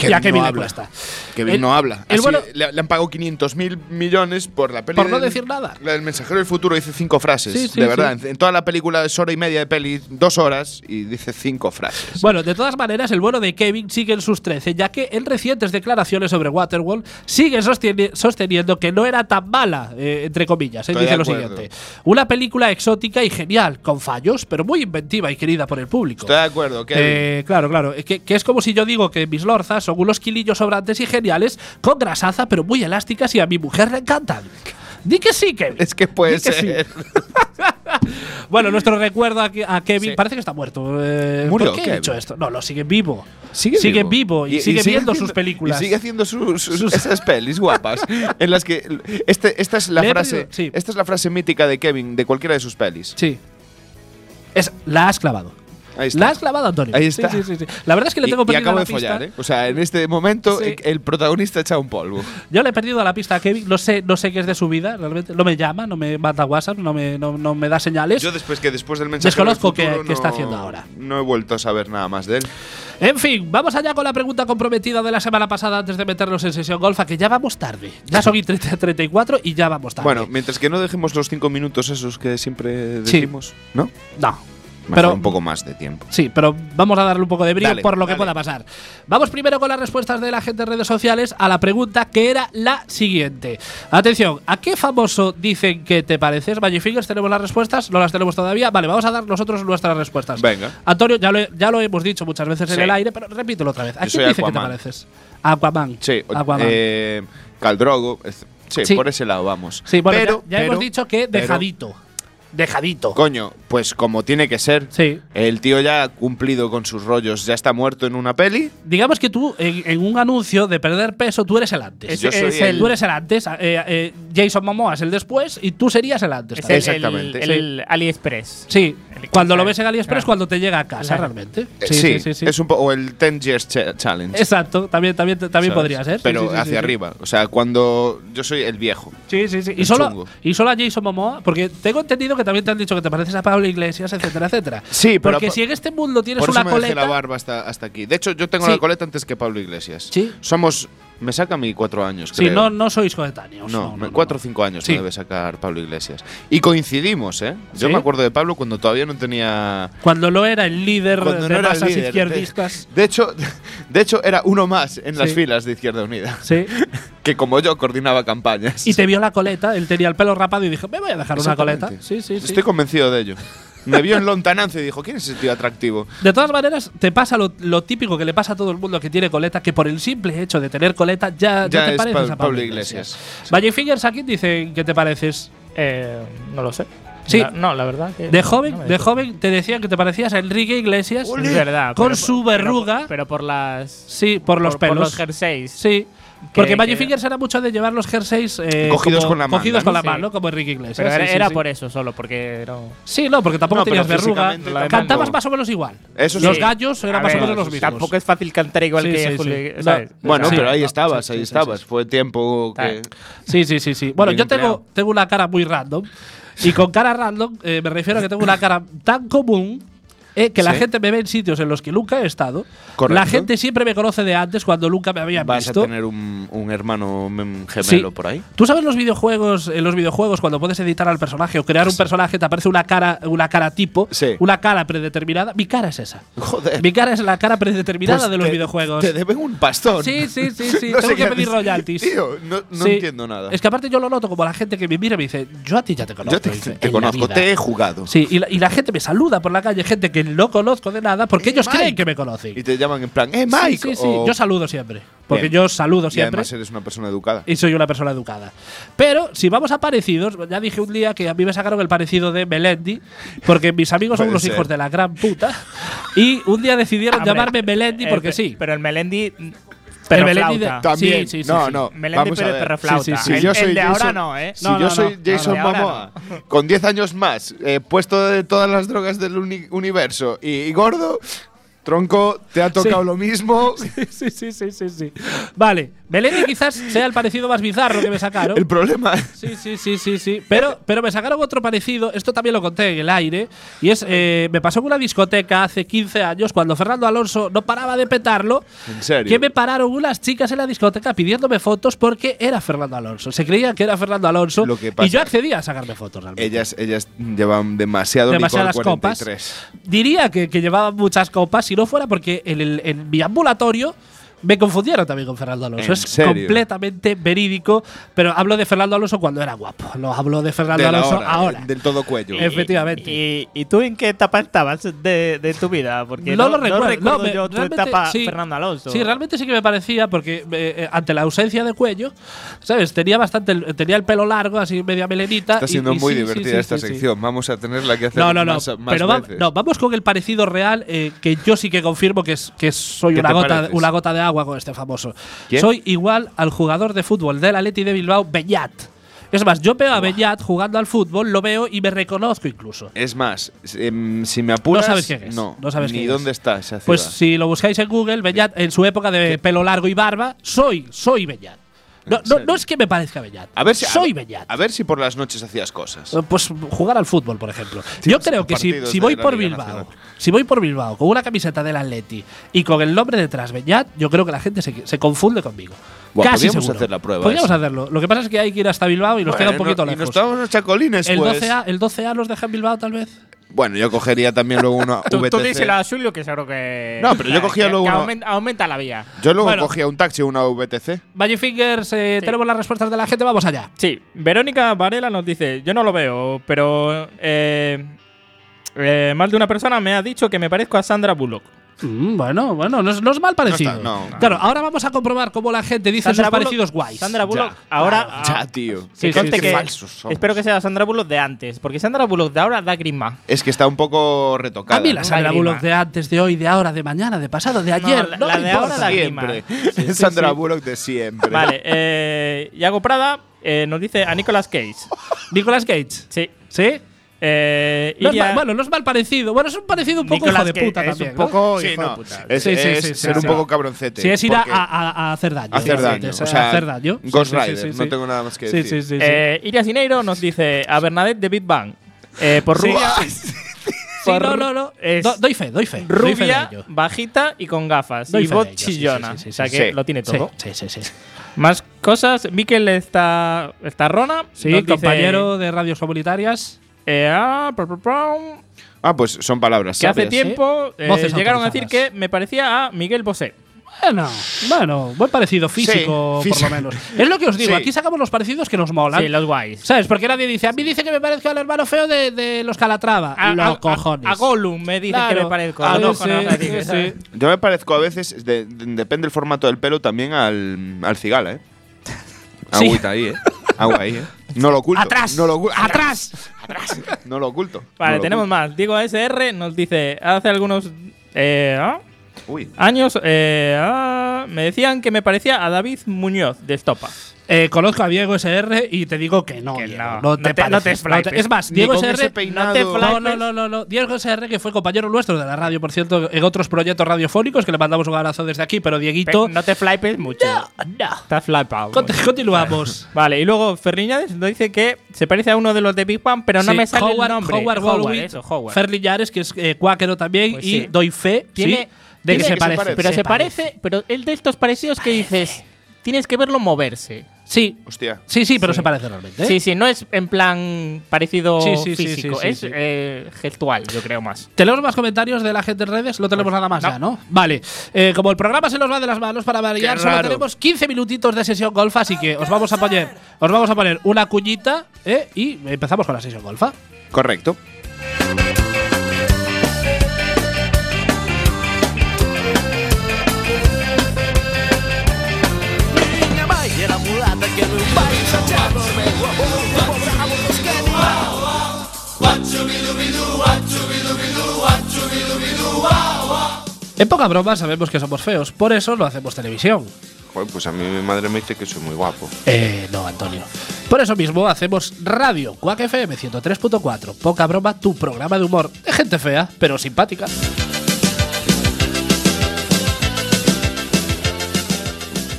Speaker 3: y a Kevin
Speaker 4: no
Speaker 3: le
Speaker 4: habla.
Speaker 3: cuesta.
Speaker 4: Kevin
Speaker 3: El-
Speaker 4: no habla.
Speaker 3: el
Speaker 4: Así,
Speaker 3: bueno-
Speaker 4: le, le han pagado 500 mil millones por la peli.
Speaker 3: Por no
Speaker 4: del-
Speaker 3: decir nada.
Speaker 4: La del mensajero del futuro dice cinco frases.
Speaker 3: Sí, sí,
Speaker 4: de verdad.
Speaker 3: sí.
Speaker 4: En toda la película es hora y media de peli, dos horas, y dice cinco frases.
Speaker 3: Bueno, de todas maneras, el bueno de Kevin sigue en sus 13, ya que en recientes declaraciones sobre Waterworld sigue sostiene- sosteniendo que no era tan mala, eh, entre comillas. eh,
Speaker 4: Estoy
Speaker 3: dice
Speaker 4: de
Speaker 3: lo
Speaker 4: acuerdo.
Speaker 3: siguiente: Una película exótica y genial, con fallos, pero muy inventiva y querida por el público.
Speaker 4: Estoy de acuerdo, Kevin.
Speaker 3: Eh, claro, claro. eh, Que, que es como si yo digo que mis lorzas son unos kilillos sobrantes y geniales, con grasaza, pero muy elásticas y a mi mujer le encantan. Di que sí, Kevin.
Speaker 4: es que puede
Speaker 3: di que sí.
Speaker 4: ser.
Speaker 3: Bueno, nuestro recuerdo a, Ke- a Kevin
Speaker 4: Sí.
Speaker 3: parece que está muerto. eh,
Speaker 4: Murió
Speaker 3: ¿Por qué he
Speaker 4: Kevin.
Speaker 3: dicho esto? No, lo sigue vivo. sigue vivo, y, sigue, viendo sus películas.
Speaker 4: Y sigue haciendo sus, sus- *laughs* esas pelis guapas. en las que. Este, esta, es la
Speaker 3: Le he
Speaker 4: frase,
Speaker 3: pedido- sí.
Speaker 4: esta es la frase mítica de Kevin, de cualquiera de sus pelis.
Speaker 3: Sí. Es, la has clavado.
Speaker 4: Ahí está.
Speaker 3: La has clavado, Antonio.
Speaker 4: Ahí
Speaker 3: Sí,
Speaker 4: está.
Speaker 3: sí, sí, sí. La verdad es que le
Speaker 4: Y-
Speaker 3: tengo
Speaker 4: y,
Speaker 3: perdido
Speaker 4: acabo
Speaker 3: la
Speaker 4: de
Speaker 3: pista.
Speaker 4: follar, ¿eh? O sea, en este momento
Speaker 3: Sí.
Speaker 4: el protagonista echa un polvo.
Speaker 3: Yo le he perdido la pista a Kevin. No sé, no sé qué es de su vida. Realmente no me llama, no me manda WhatsApp, no me, no, no me da señales.
Speaker 4: Yo después que después del mensaje
Speaker 3: Desconozco
Speaker 4: del
Speaker 3: qué-
Speaker 4: futuro
Speaker 3: qué está haciendo ahora.
Speaker 4: No he vuelto a saber nada más de él.
Speaker 3: En fin, vamos allá con la pregunta comprometida de la semana pasada antes de meternos en sesión golfa, que ya vamos tarde. Ya
Speaker 4: *laughs*
Speaker 3: son y 30 34 y ya vamos tarde.
Speaker 4: Bueno, mientras que no dejemos los cinco minutos esos que siempre decimos, ¿no?
Speaker 3: no.
Speaker 4: Pero
Speaker 3: Pero-
Speaker 4: un poco más de tiempo.
Speaker 3: Sí, pero vamos a darle un poco de brillo
Speaker 4: Dale,
Speaker 3: por lo que
Speaker 4: dale.
Speaker 3: pueda pasar. Vamos primero con las respuestas de la gente en redes sociales a la pregunta que era la siguiente. Atención, ¿a qué famoso dicen que te pareces? Magifingers, ¿tenemos las respuestas? ¿No las tenemos todavía? Vale, vamos a dar nosotros nuestras respuestas.
Speaker 4: Venga.
Speaker 3: Antonio, ya lo, he- ya lo hemos dicho muchas veces en
Speaker 4: Sí.
Speaker 3: el aire, pero repítelo otra vez. ¿A quién
Speaker 4: Yo soy
Speaker 3: dicen que
Speaker 4: Aquaman.
Speaker 3: te pareces? Aquaman.
Speaker 4: Sí, o-
Speaker 3: Aquaman.
Speaker 4: eh, Caldrogo. es- Sí,
Speaker 3: Sí.
Speaker 4: por ese lado vamos.
Speaker 3: sí, bueno, ya-
Speaker 4: Pero-
Speaker 3: ya,
Speaker 4: pero-
Speaker 3: hemos dicho que
Speaker 4: pero-
Speaker 3: dejadito. dejadito.
Speaker 4: Coño, pues como tiene que ser.
Speaker 3: Sí.
Speaker 4: El tío ya ha cumplido con sus rollos, ya está muerto en una peli.
Speaker 3: Digamos que tú, en, en un anuncio de perder peso, tú eres el antes.
Speaker 1: Es,
Speaker 4: Yo soy
Speaker 1: es
Speaker 4: el-
Speaker 1: el,
Speaker 3: Tú eres el antes, eh, eh, Jason Momoa es el después y tú serías el antes.
Speaker 1: es el-
Speaker 3: también.
Speaker 4: Exactamente.
Speaker 1: el- el AliExpress.
Speaker 3: sí,
Speaker 1: el-
Speaker 3: cuando lo ves en AliExpress,
Speaker 1: Claro.
Speaker 3: cuando te llega a casa
Speaker 1: Claro.
Speaker 3: realmente.
Speaker 4: Eh, Sí, Es un po- o el 10 Years Cha- Challenge.
Speaker 3: Exacto, también, también, también
Speaker 4: ¿sabes?
Speaker 3: podría ser. Sí,
Speaker 4: Pero
Speaker 3: sí, sí,
Speaker 4: hacia
Speaker 3: sí.
Speaker 4: arriba. O sea, cuando yo soy el viejo.
Speaker 3: Sí, sí, sí. Y
Speaker 4: El
Speaker 3: solo,
Speaker 4: chungo.
Speaker 3: y solo a Jason Momoa, porque tengo entendido que también te han dicho que te pareces a Pablo Iglesias, etcétera, etcétera.
Speaker 4: Sí, pero
Speaker 3: Porque
Speaker 4: po-
Speaker 3: si en este mundo tienes
Speaker 4: Por eso
Speaker 3: una
Speaker 4: me dejé la
Speaker 3: coleta.
Speaker 4: barba hasta, hasta aquí. De hecho, yo tengo
Speaker 3: Sí.
Speaker 4: la coleta antes que Pablo Iglesias.
Speaker 3: Sí.
Speaker 4: Somos. Me saca mi cuatro años,
Speaker 3: Sí,
Speaker 4: creo.
Speaker 3: no, no sois coetáneos.
Speaker 4: No, me- cuatro o cinco años
Speaker 3: Sí.
Speaker 4: me debe sacar Pablo Iglesias. Y coincidimos, ¿eh? Yo
Speaker 3: ¿Sí?
Speaker 4: me acuerdo de Pablo cuando todavía no tenía.
Speaker 3: Cuando lo era el líder
Speaker 4: Cuando
Speaker 3: de
Speaker 4: no era el
Speaker 3: masas
Speaker 4: líder.
Speaker 3: izquierdistas.
Speaker 4: De hecho, *laughs* de hecho, era uno más en las
Speaker 3: Sí.
Speaker 4: filas de Izquierda Unida,
Speaker 3: Sí.
Speaker 4: que como yo coordinaba campañas.
Speaker 3: Y te vio la coleta, él tenía el pelo rapado y dijo, me voy a dejar una
Speaker 4: Exactamente.
Speaker 3: coleta. Sí, sí, sí.
Speaker 4: Estoy convencido de ello. Me vio en lontananza y dijo: ¿Quién es ese tío atractivo?
Speaker 3: De todas maneras, te pasa lo, lo típico que le pasa a todo el mundo que tiene coleta, que por el simple hecho de tener coleta ya, ya
Speaker 4: Ya
Speaker 3: te
Speaker 4: es
Speaker 3: pareces
Speaker 4: Pa-
Speaker 3: a Pablo
Speaker 4: Pablo
Speaker 3: Iglesias.
Speaker 4: Iglesias.
Speaker 3: Magic Fingers, ¿a quién dicen que te pareces?
Speaker 1: Eh, no lo sé.
Speaker 3: Sí.
Speaker 1: La- no, la verdad. que
Speaker 3: De
Speaker 1: Eh, no-
Speaker 3: joven,
Speaker 1: no me
Speaker 3: de
Speaker 1: acuerdo.
Speaker 3: joven te decían que te parecías a Enrique Iglesias.
Speaker 1: Es verdad.
Speaker 3: Con
Speaker 1: pero-
Speaker 3: su
Speaker 1: pero-
Speaker 3: verruga.
Speaker 1: Pero, por las.
Speaker 3: Sí, por los pelos.
Speaker 1: Por los jerseys.
Speaker 3: sí.
Speaker 1: Que-
Speaker 3: Porque Magic
Speaker 1: que-
Speaker 3: Fingers era mucho de llevar los jerseys eh,
Speaker 4: Cogidos
Speaker 3: como-
Speaker 4: con la mano,
Speaker 3: cogidos
Speaker 4: ¿no?
Speaker 3: con la
Speaker 1: Sí.
Speaker 3: mano, como Enrique Iglesias.
Speaker 1: Pero era,
Speaker 3: Sí, sí,
Speaker 1: era
Speaker 3: sí.
Speaker 1: por eso solo, porque no.
Speaker 3: Sí, no, porque tampoco
Speaker 4: No, pero
Speaker 3: tenías verruga.
Speaker 4: físicamente tampoco.
Speaker 3: Cantabas más o menos igual.
Speaker 4: Eso
Speaker 3: los
Speaker 4: sí.
Speaker 3: gallos eran
Speaker 1: A
Speaker 3: más
Speaker 1: ver,
Speaker 3: o menos los mismos.
Speaker 1: Tampoco es fácil cantar igual
Speaker 3: Sí,
Speaker 1: que
Speaker 3: sí, sí.
Speaker 1: Julio.
Speaker 3: No.
Speaker 1: ¿sabes?
Speaker 4: Bueno,
Speaker 3: Sí,
Speaker 4: pero ahí
Speaker 3: no,
Speaker 4: estabas,
Speaker 3: sí,
Speaker 4: ahí
Speaker 3: sí, sí,
Speaker 4: estabas.
Speaker 3: sí.
Speaker 4: Fue tiempo que.
Speaker 3: Sí, sí, sí, sí. Bueno,
Speaker 4: Bien
Speaker 3: yo tengo,
Speaker 4: empleado.
Speaker 3: tengo una cara muy random. Y con cara random eh, me refiero a que tengo una cara tan común eh, que la
Speaker 4: Sí.
Speaker 3: gente me ve en sitios en los que nunca he estado.
Speaker 4: Correcto.
Speaker 3: La gente siempre me conoce de antes cuando nunca me habían
Speaker 4: Vas
Speaker 3: visto.
Speaker 4: a tener un, un hermano mm,
Speaker 3: Sí.
Speaker 4: gemelo por ahí. *laughs*
Speaker 3: ¿Tú sabes los videojuegos, en los videojuegos cuando puedes editar al personaje o crear un personaje te aparece una cara, una cara tipo,
Speaker 4: Sí.
Speaker 3: una cara predeterminada? Mi cara es esa.
Speaker 4: Joder.
Speaker 3: Mi cara es la cara predeterminada
Speaker 4: Pues
Speaker 3: de los
Speaker 4: te-
Speaker 3: videojuegos.
Speaker 4: Te deben un pastón.
Speaker 3: Sí,
Speaker 4: *laughs*
Speaker 3: sí, sí, sí.
Speaker 4: No
Speaker 3: Tengo que
Speaker 4: sé qué
Speaker 3: pedir
Speaker 4: haces.
Speaker 3: royalties.
Speaker 4: Tío, no, no
Speaker 3: Sí.
Speaker 4: entiendo nada.
Speaker 3: Es que aparte yo lo noto como la gente que me mira y me dice, yo a ti ya te conozco.
Speaker 4: Yo te,
Speaker 3: dice,
Speaker 4: te
Speaker 3: "En la
Speaker 4: conozco,
Speaker 3: vida".
Speaker 4: te he jugado.
Speaker 3: Sí, y la, y la gente me saluda por la calle, gente que no conozco de nada, porque
Speaker 4: Eh,
Speaker 3: ellos creen
Speaker 4: Mike.
Speaker 3: que me conocen.
Speaker 4: Y te llaman en plan, ¡eh, Mike!
Speaker 3: Sí, sí, sí.
Speaker 4: o-
Speaker 3: Yo saludo siempre. Porque
Speaker 4: Bien.
Speaker 3: yo saludo
Speaker 4: y
Speaker 3: siempre.
Speaker 4: además eres una persona educada.
Speaker 3: Y soy una persona educada. Pero si vamos a parecidos, ya dije un día que a mí me sacaron el parecido de Melendi, porque mis amigos son
Speaker 4: Puede
Speaker 3: unos
Speaker 4: ser.
Speaker 3: hijos de la gran puta, y un día decidieron
Speaker 1: Ah, Hombre,
Speaker 3: llamarme Melendi
Speaker 1: eh,
Speaker 3: porque
Speaker 1: pe-
Speaker 3: sí.
Speaker 1: Pero el Melendi. Pero
Speaker 3: Melendi de-
Speaker 1: flauta.
Speaker 4: También.
Speaker 3: Sí, sí, sí,
Speaker 4: no,
Speaker 3: sí.
Speaker 4: no.
Speaker 1: Melendi
Speaker 4: vamos a
Speaker 1: pero
Speaker 4: ver.
Speaker 1: perro flauta.
Speaker 3: Sí, sí, sí.
Speaker 4: Ah. Si
Speaker 1: El,
Speaker 4: yo soy
Speaker 1: el de
Speaker 4: Jason-
Speaker 1: ahora no, ¿eh?
Speaker 4: Si
Speaker 3: No,
Speaker 4: yo
Speaker 3: no,
Speaker 4: soy
Speaker 3: no,
Speaker 4: Jason
Speaker 1: no, de ahora
Speaker 4: Momoa, con 10 años más, eh, puesto de todas las drogas del uni- universo y, y gordo, Tronco, te ha tocado
Speaker 3: Sí.
Speaker 4: lo mismo.
Speaker 3: *laughs* Sí, sí, sí, sí, sí. Vale, Belén quizás sea el parecido más bizarro que me sacaron.
Speaker 4: El problema.
Speaker 3: Sí, sí, sí, sí, sí. Pero, pero me sacaron otro parecido, esto también lo conté en el aire, y es, eh, me pasó en una discoteca hace 15 años cuando Fernando Alonso no paraba de petarlo,
Speaker 4: En serio.
Speaker 3: que me pararon unas chicas en la discoteca pidiéndome fotos porque era Fernando Alonso. Se creían que era Fernando Alonso
Speaker 4: Lo que
Speaker 3: y yo
Speaker 4: pasa-
Speaker 3: accedía a sacarme fotos realmente.
Speaker 4: Ellas, ellas llevan demasiado
Speaker 3: Demasiadas
Speaker 4: Nicole
Speaker 3: copas.
Speaker 4: 43.
Speaker 3: Diría que, que llevaba muchas copas si no fuera porque en, el- en mi ambulatorio me confundieron también con Fernando Alonso.
Speaker 4: ¿En
Speaker 3: Es
Speaker 4: serio?
Speaker 3: completamente verídico, pero hablo de Fernando Alonso cuando era guapo. No hablo de Fernando
Speaker 4: De la
Speaker 3: Alonso
Speaker 4: hora,
Speaker 3: ahora.
Speaker 4: Del todo cuello.
Speaker 3: Eh, Efectivamente.
Speaker 1: ¿Y, y tú en qué etapa estabas de, de tu vida? Porque
Speaker 3: no,
Speaker 1: no,
Speaker 3: lo recuerdo. no, me-
Speaker 1: yo tu
Speaker 3: realmente
Speaker 1: etapa
Speaker 3: sí.
Speaker 1: Fernando Alonso.
Speaker 3: Sí, realmente sí que me parecía, porque eh, eh, ante la ausencia de cuello, ¿sabes? Tenía bastante. el- tenía el pelo largo, así media melenita.
Speaker 4: Está
Speaker 3: y-
Speaker 4: siendo
Speaker 3: y
Speaker 4: muy
Speaker 3: sí, sí,
Speaker 4: divertida
Speaker 3: sí,
Speaker 4: esta
Speaker 3: sí, sí.
Speaker 4: sección. Vamos a tenerla que hacer
Speaker 3: No, no, no.
Speaker 4: más, más
Speaker 3: pero va-
Speaker 4: veces.
Speaker 3: no, vamos con el parecido real eh, que yo sí que confirmo que, es, que soy
Speaker 4: ¿Qué
Speaker 3: una
Speaker 4: te
Speaker 3: gota,
Speaker 4: pareces?
Speaker 3: una gota de agua con este famoso.
Speaker 4: ¿Quién?
Speaker 3: Soy igual al jugador de fútbol del Atleti de Bilbao, Bellat. Es más, yo veo a Bellat jugando al fútbol, lo veo y me reconozco incluso.
Speaker 4: Es más, si em, si me apuras.
Speaker 3: No sabes quién es,
Speaker 4: No,
Speaker 3: no sabes
Speaker 4: ni
Speaker 3: quién es.
Speaker 4: dónde está esa ciudad.
Speaker 3: Pues si lo buscáis en Google, Bellat, en su época de pelo largo y barba, soy, soy Bellat. No,
Speaker 4: ¿En
Speaker 3: no,
Speaker 4: serio?
Speaker 3: no es que me parezca Bellat.
Speaker 4: a ver si, a-
Speaker 3: soy Bellat.
Speaker 4: A ver si por las noches hacías cosas.
Speaker 3: Eh, Pues jugar al fútbol, por ejemplo. Yo creo que si,
Speaker 4: partidos
Speaker 3: si
Speaker 4: pues,
Speaker 3: voy
Speaker 4: de la
Speaker 3: por
Speaker 4: Liga
Speaker 3: Bilbao,
Speaker 4: Nacional.
Speaker 3: si voy por Bilbao con una camiseta del Atleti y con el nombre detrás Beñat, yo creo que la gente se, se confunde conmigo.
Speaker 4: Buah,
Speaker 3: Casi
Speaker 4: podríamos
Speaker 3: seguro.
Speaker 4: hacer la prueba
Speaker 3: Podríamos
Speaker 4: esa.
Speaker 3: hacerlo. Lo que pasa es que hay que ir hasta Bilbao y nos queda un
Speaker 4: Bueno,
Speaker 3: poquito
Speaker 4: no- Y nos
Speaker 3: lejos.
Speaker 4: tomamos unos chacolines,
Speaker 3: El
Speaker 4: pues.
Speaker 3: 12A, el 12A los deja en Bilbao, tal vez.
Speaker 4: Bueno, yo cogería también luego una
Speaker 1: *laughs* Tú,
Speaker 4: VTC.
Speaker 1: tú díselo a Julio que seguro que.
Speaker 4: No, pero yo
Speaker 1: que-
Speaker 4: cogía
Speaker 1: que
Speaker 4: luego uno-
Speaker 1: aumenta, aumenta la vía.
Speaker 4: Yo luego
Speaker 3: Bueno.
Speaker 4: cogía un taxi o una VTC.
Speaker 3: Magic Fingers, eh,
Speaker 1: Sí.
Speaker 3: tenemos las respuestas de la gente, vamos allá.
Speaker 1: Sí, Verónica Varela nos dice: Yo no lo veo, pero. eh, eh, más de una persona me ha dicho que me parezco a Sandra Bullock.
Speaker 3: Mm, bueno, bueno, no es, no es mal parecido.
Speaker 4: no, no.
Speaker 3: Claro, ahora vamos a comprobar cómo la gente dice sus
Speaker 1: Bullock-
Speaker 3: parecidos guays.
Speaker 1: Sandra Bullock,
Speaker 4: Ya,
Speaker 1: ahora. ah,
Speaker 4: ya, tío.
Speaker 1: que
Speaker 3: Ah, Sí, sí,
Speaker 1: conste
Speaker 3: sí.
Speaker 1: que-
Speaker 4: Qué falsos somos.
Speaker 1: Espero que sea Sandra Bullock de antes, porque Sandra Bullock de ahora da grima.
Speaker 4: Es que está un poco retocada.
Speaker 3: A mí la
Speaker 4: ¿no?
Speaker 3: Sandra
Speaker 1: Lágrima.
Speaker 3: Bullock de antes, de hoy, de ahora, de mañana, de pasado, de ayer.
Speaker 1: la-
Speaker 3: no
Speaker 1: la
Speaker 3: me
Speaker 1: de ahora
Speaker 3: importa.
Speaker 1: la-
Speaker 4: siempre.
Speaker 3: ¿eh?
Speaker 4: *laughs*
Speaker 1: lágrima. Sí, sí,
Speaker 4: Sandra
Speaker 1: sí.
Speaker 4: Bullock de siempre.
Speaker 1: Vale, eh, Iago Prada eh, nos dice a Nicolas Cage.
Speaker 3: Nicolas Cage.
Speaker 1: Sí.
Speaker 3: ¿Sí?
Speaker 1: Eh,
Speaker 3: No es
Speaker 1: Iria-
Speaker 3: mal- bueno, no es mal parecido. Bueno, es un parecido un poco
Speaker 1: Nicolas
Speaker 3: hijo de
Speaker 1: Cage
Speaker 3: puta
Speaker 1: es un
Speaker 3: también.
Speaker 1: poco-
Speaker 3: ¿no?
Speaker 4: Sí,
Speaker 1: hijo de
Speaker 4: no,
Speaker 1: puta.
Speaker 4: Es,
Speaker 3: Sí, sí,
Speaker 4: es
Speaker 3: sí, sí,
Speaker 4: ser
Speaker 3: sí.
Speaker 4: un poco cabroncete.
Speaker 3: Sí, es ir a,
Speaker 4: porque
Speaker 3: a- a- a hacer daño.
Speaker 4: hacer
Speaker 3: Sí,
Speaker 4: daño.
Speaker 3: sí,
Speaker 4: o sea,
Speaker 3: hacer daño.
Speaker 4: Ghost
Speaker 3: Sí, sí, sí,
Speaker 4: Rider.
Speaker 3: sí,
Speaker 4: No
Speaker 3: sí.
Speaker 4: tengo nada más que
Speaker 3: Sí,
Speaker 4: decir.
Speaker 3: sí, sí, sí.
Speaker 1: eh, Iria Cineiro nos dice a Bernadette de Big Bang. Eh, por
Speaker 3: Sí,
Speaker 1: *laughs* rubia,
Speaker 3: Sí, no, no, no.
Speaker 1: es
Speaker 3: Do- doy fe, doy fe. Doy fe de
Speaker 1: rubia,
Speaker 3: ello.
Speaker 1: bajita y con gafas.
Speaker 3: Doy
Speaker 1: y
Speaker 3: fe de
Speaker 1: voz
Speaker 3: ello, sí, sí,
Speaker 1: chillona.
Speaker 3: sí, sí,
Speaker 1: o sea
Speaker 3: sí,
Speaker 1: que
Speaker 4: sí.
Speaker 1: lo tiene
Speaker 3: Sí,
Speaker 1: todo.
Speaker 3: sí, sí, sí.
Speaker 1: Más cosas. Miquel está, está rona.
Speaker 3: Sí,
Speaker 1: nos dice,
Speaker 3: compañero de radios comunitarias.
Speaker 1: eh, ah, pru, pru, pru,
Speaker 4: Ah, pues son palabras.
Speaker 1: que hace
Speaker 4: sabias.
Speaker 1: tiempo eh,
Speaker 3: Voces
Speaker 1: llegaron a decir
Speaker 3: autorizadas.
Speaker 1: que me parecía a Miguel Bosé.
Speaker 3: Bueno, bueno, buen parecido físico,
Speaker 4: Sí,
Speaker 3: por lo
Speaker 4: físico.
Speaker 3: menos. Es lo que os digo,
Speaker 4: Sí.
Speaker 3: aquí sacamos los parecidos que nos molan.
Speaker 1: Sí, los guays.
Speaker 3: ¿Sabes? Porque nadie dice, a mí dice que me parezco al hermano feo de, de los Calatrava.
Speaker 1: A,
Speaker 3: los
Speaker 1: a- a-
Speaker 3: cojones.
Speaker 1: a Gollum me dicen que
Speaker 3: Claro.
Speaker 1: me parezco.
Speaker 3: Ah,
Speaker 1: Los
Speaker 3: no,
Speaker 1: ojos no
Speaker 3: sí,
Speaker 1: me dicen,
Speaker 3: sí,
Speaker 1: ¿sabes?
Speaker 3: sí.
Speaker 4: Yo me parezco a veces, de- de- depende del formato del pelo, también al, al cigala, ¿eh?
Speaker 3: *laughs* Sí.
Speaker 4: Agüita ahí, ¿eh? Agua ahí, ¿eh? No lo oculto.
Speaker 3: Atrás.
Speaker 4: No lo, ocu-
Speaker 3: atrás.
Speaker 4: no lo oculto.
Speaker 1: Vale,
Speaker 4: No lo
Speaker 1: tenemos
Speaker 4: oculto.
Speaker 1: más. Diego SR nos dice, hace algunos eh, ah,
Speaker 4: Uy.
Speaker 1: años eh, ah, me decían que me parecía a David Muñoz de Estopa.
Speaker 3: Eh, conozco a Diego SR y te digo que no.
Speaker 1: Que
Speaker 3: Diego,
Speaker 1: no.
Speaker 3: no, te
Speaker 1: No te- no
Speaker 3: pareces,
Speaker 1: te
Speaker 3: no te-
Speaker 1: flipes.
Speaker 3: Es más,
Speaker 4: Ni
Speaker 3: Diego
Speaker 4: con ese
Speaker 3: SR.
Speaker 4: peinado.
Speaker 1: te flipes.
Speaker 3: No, no, no, no, no. Diego SR, que fue compañero nuestro de la radio, por cierto, en otros proyectos radiofónicos, que le mandamos un abrazo desde aquí, pero
Speaker 1: Pe-
Speaker 3: Dieguito.
Speaker 1: No te flipes mucho.
Speaker 3: no.
Speaker 1: Estás flipado.
Speaker 3: Conti- *laughs* Continuamos.
Speaker 1: Vale, y luego Fernández nos dice que se parece a uno de los de Big Bang, pero no
Speaker 3: Sí,
Speaker 1: me sale
Speaker 3: Howard,
Speaker 1: el nombre.
Speaker 3: Howard Wolowitz,
Speaker 1: eso, Howard.
Speaker 3: Fer Liñares, que es eh, cuáquero también,
Speaker 1: Pues
Speaker 3: y
Speaker 1: sí.
Speaker 3: doy fe
Speaker 1: Tiene-
Speaker 3: sí, de que se,
Speaker 4: que
Speaker 1: tiene
Speaker 4: se
Speaker 3: parece.
Speaker 4: parece.
Speaker 1: pero se, parece, pero es de estos parecidos que dices, tienes que verlo moverse.
Speaker 3: Sí,
Speaker 4: Hostia.
Speaker 3: sí, sí, pero
Speaker 1: Sí.
Speaker 3: se parece realmente. ¿eh?
Speaker 1: Sí, sí, no es en plan parecido
Speaker 3: Sí, sí, sí,
Speaker 1: físico,
Speaker 3: sí, sí,
Speaker 1: es
Speaker 3: sí.
Speaker 1: eh, gestual, yo creo más.
Speaker 3: ¿Tenemos más comentarios de la gente en redes? No tenemos
Speaker 4: Pues,
Speaker 3: nada más ya, ¿no? Vale. Eh, como el programa se nos va de las manos para variar,
Speaker 4: Qué
Speaker 3: solo
Speaker 4: raro.
Speaker 3: tenemos 15 minutitos de sesión golfa, así que os vamos a poner, os vamos a poner una cuñita ¿eh? y empezamos con la sesión golfa.
Speaker 4: Correcto.
Speaker 5: Minha mãe era mulata que meu pai chateava Cobrava os carinhos
Speaker 3: En poca broma sabemos que somos feos, por eso no hacemos televisión.
Speaker 4: Joder, pues a mí mi madre me dice que soy muy guapo.
Speaker 3: Eh, no, Antonio. Por eso mismo hacemos radio, Quack FM 103.4. Poca broma, tu programa de humor de gente fea, pero simpática.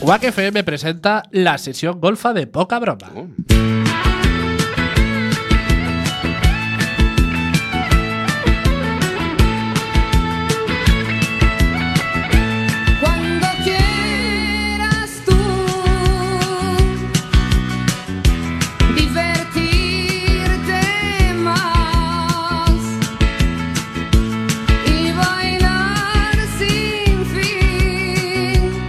Speaker 3: Quack FM presenta la sesión golfa de poca broma.
Speaker 6: Cuando quieras tú divertirte más y bailar sin fin,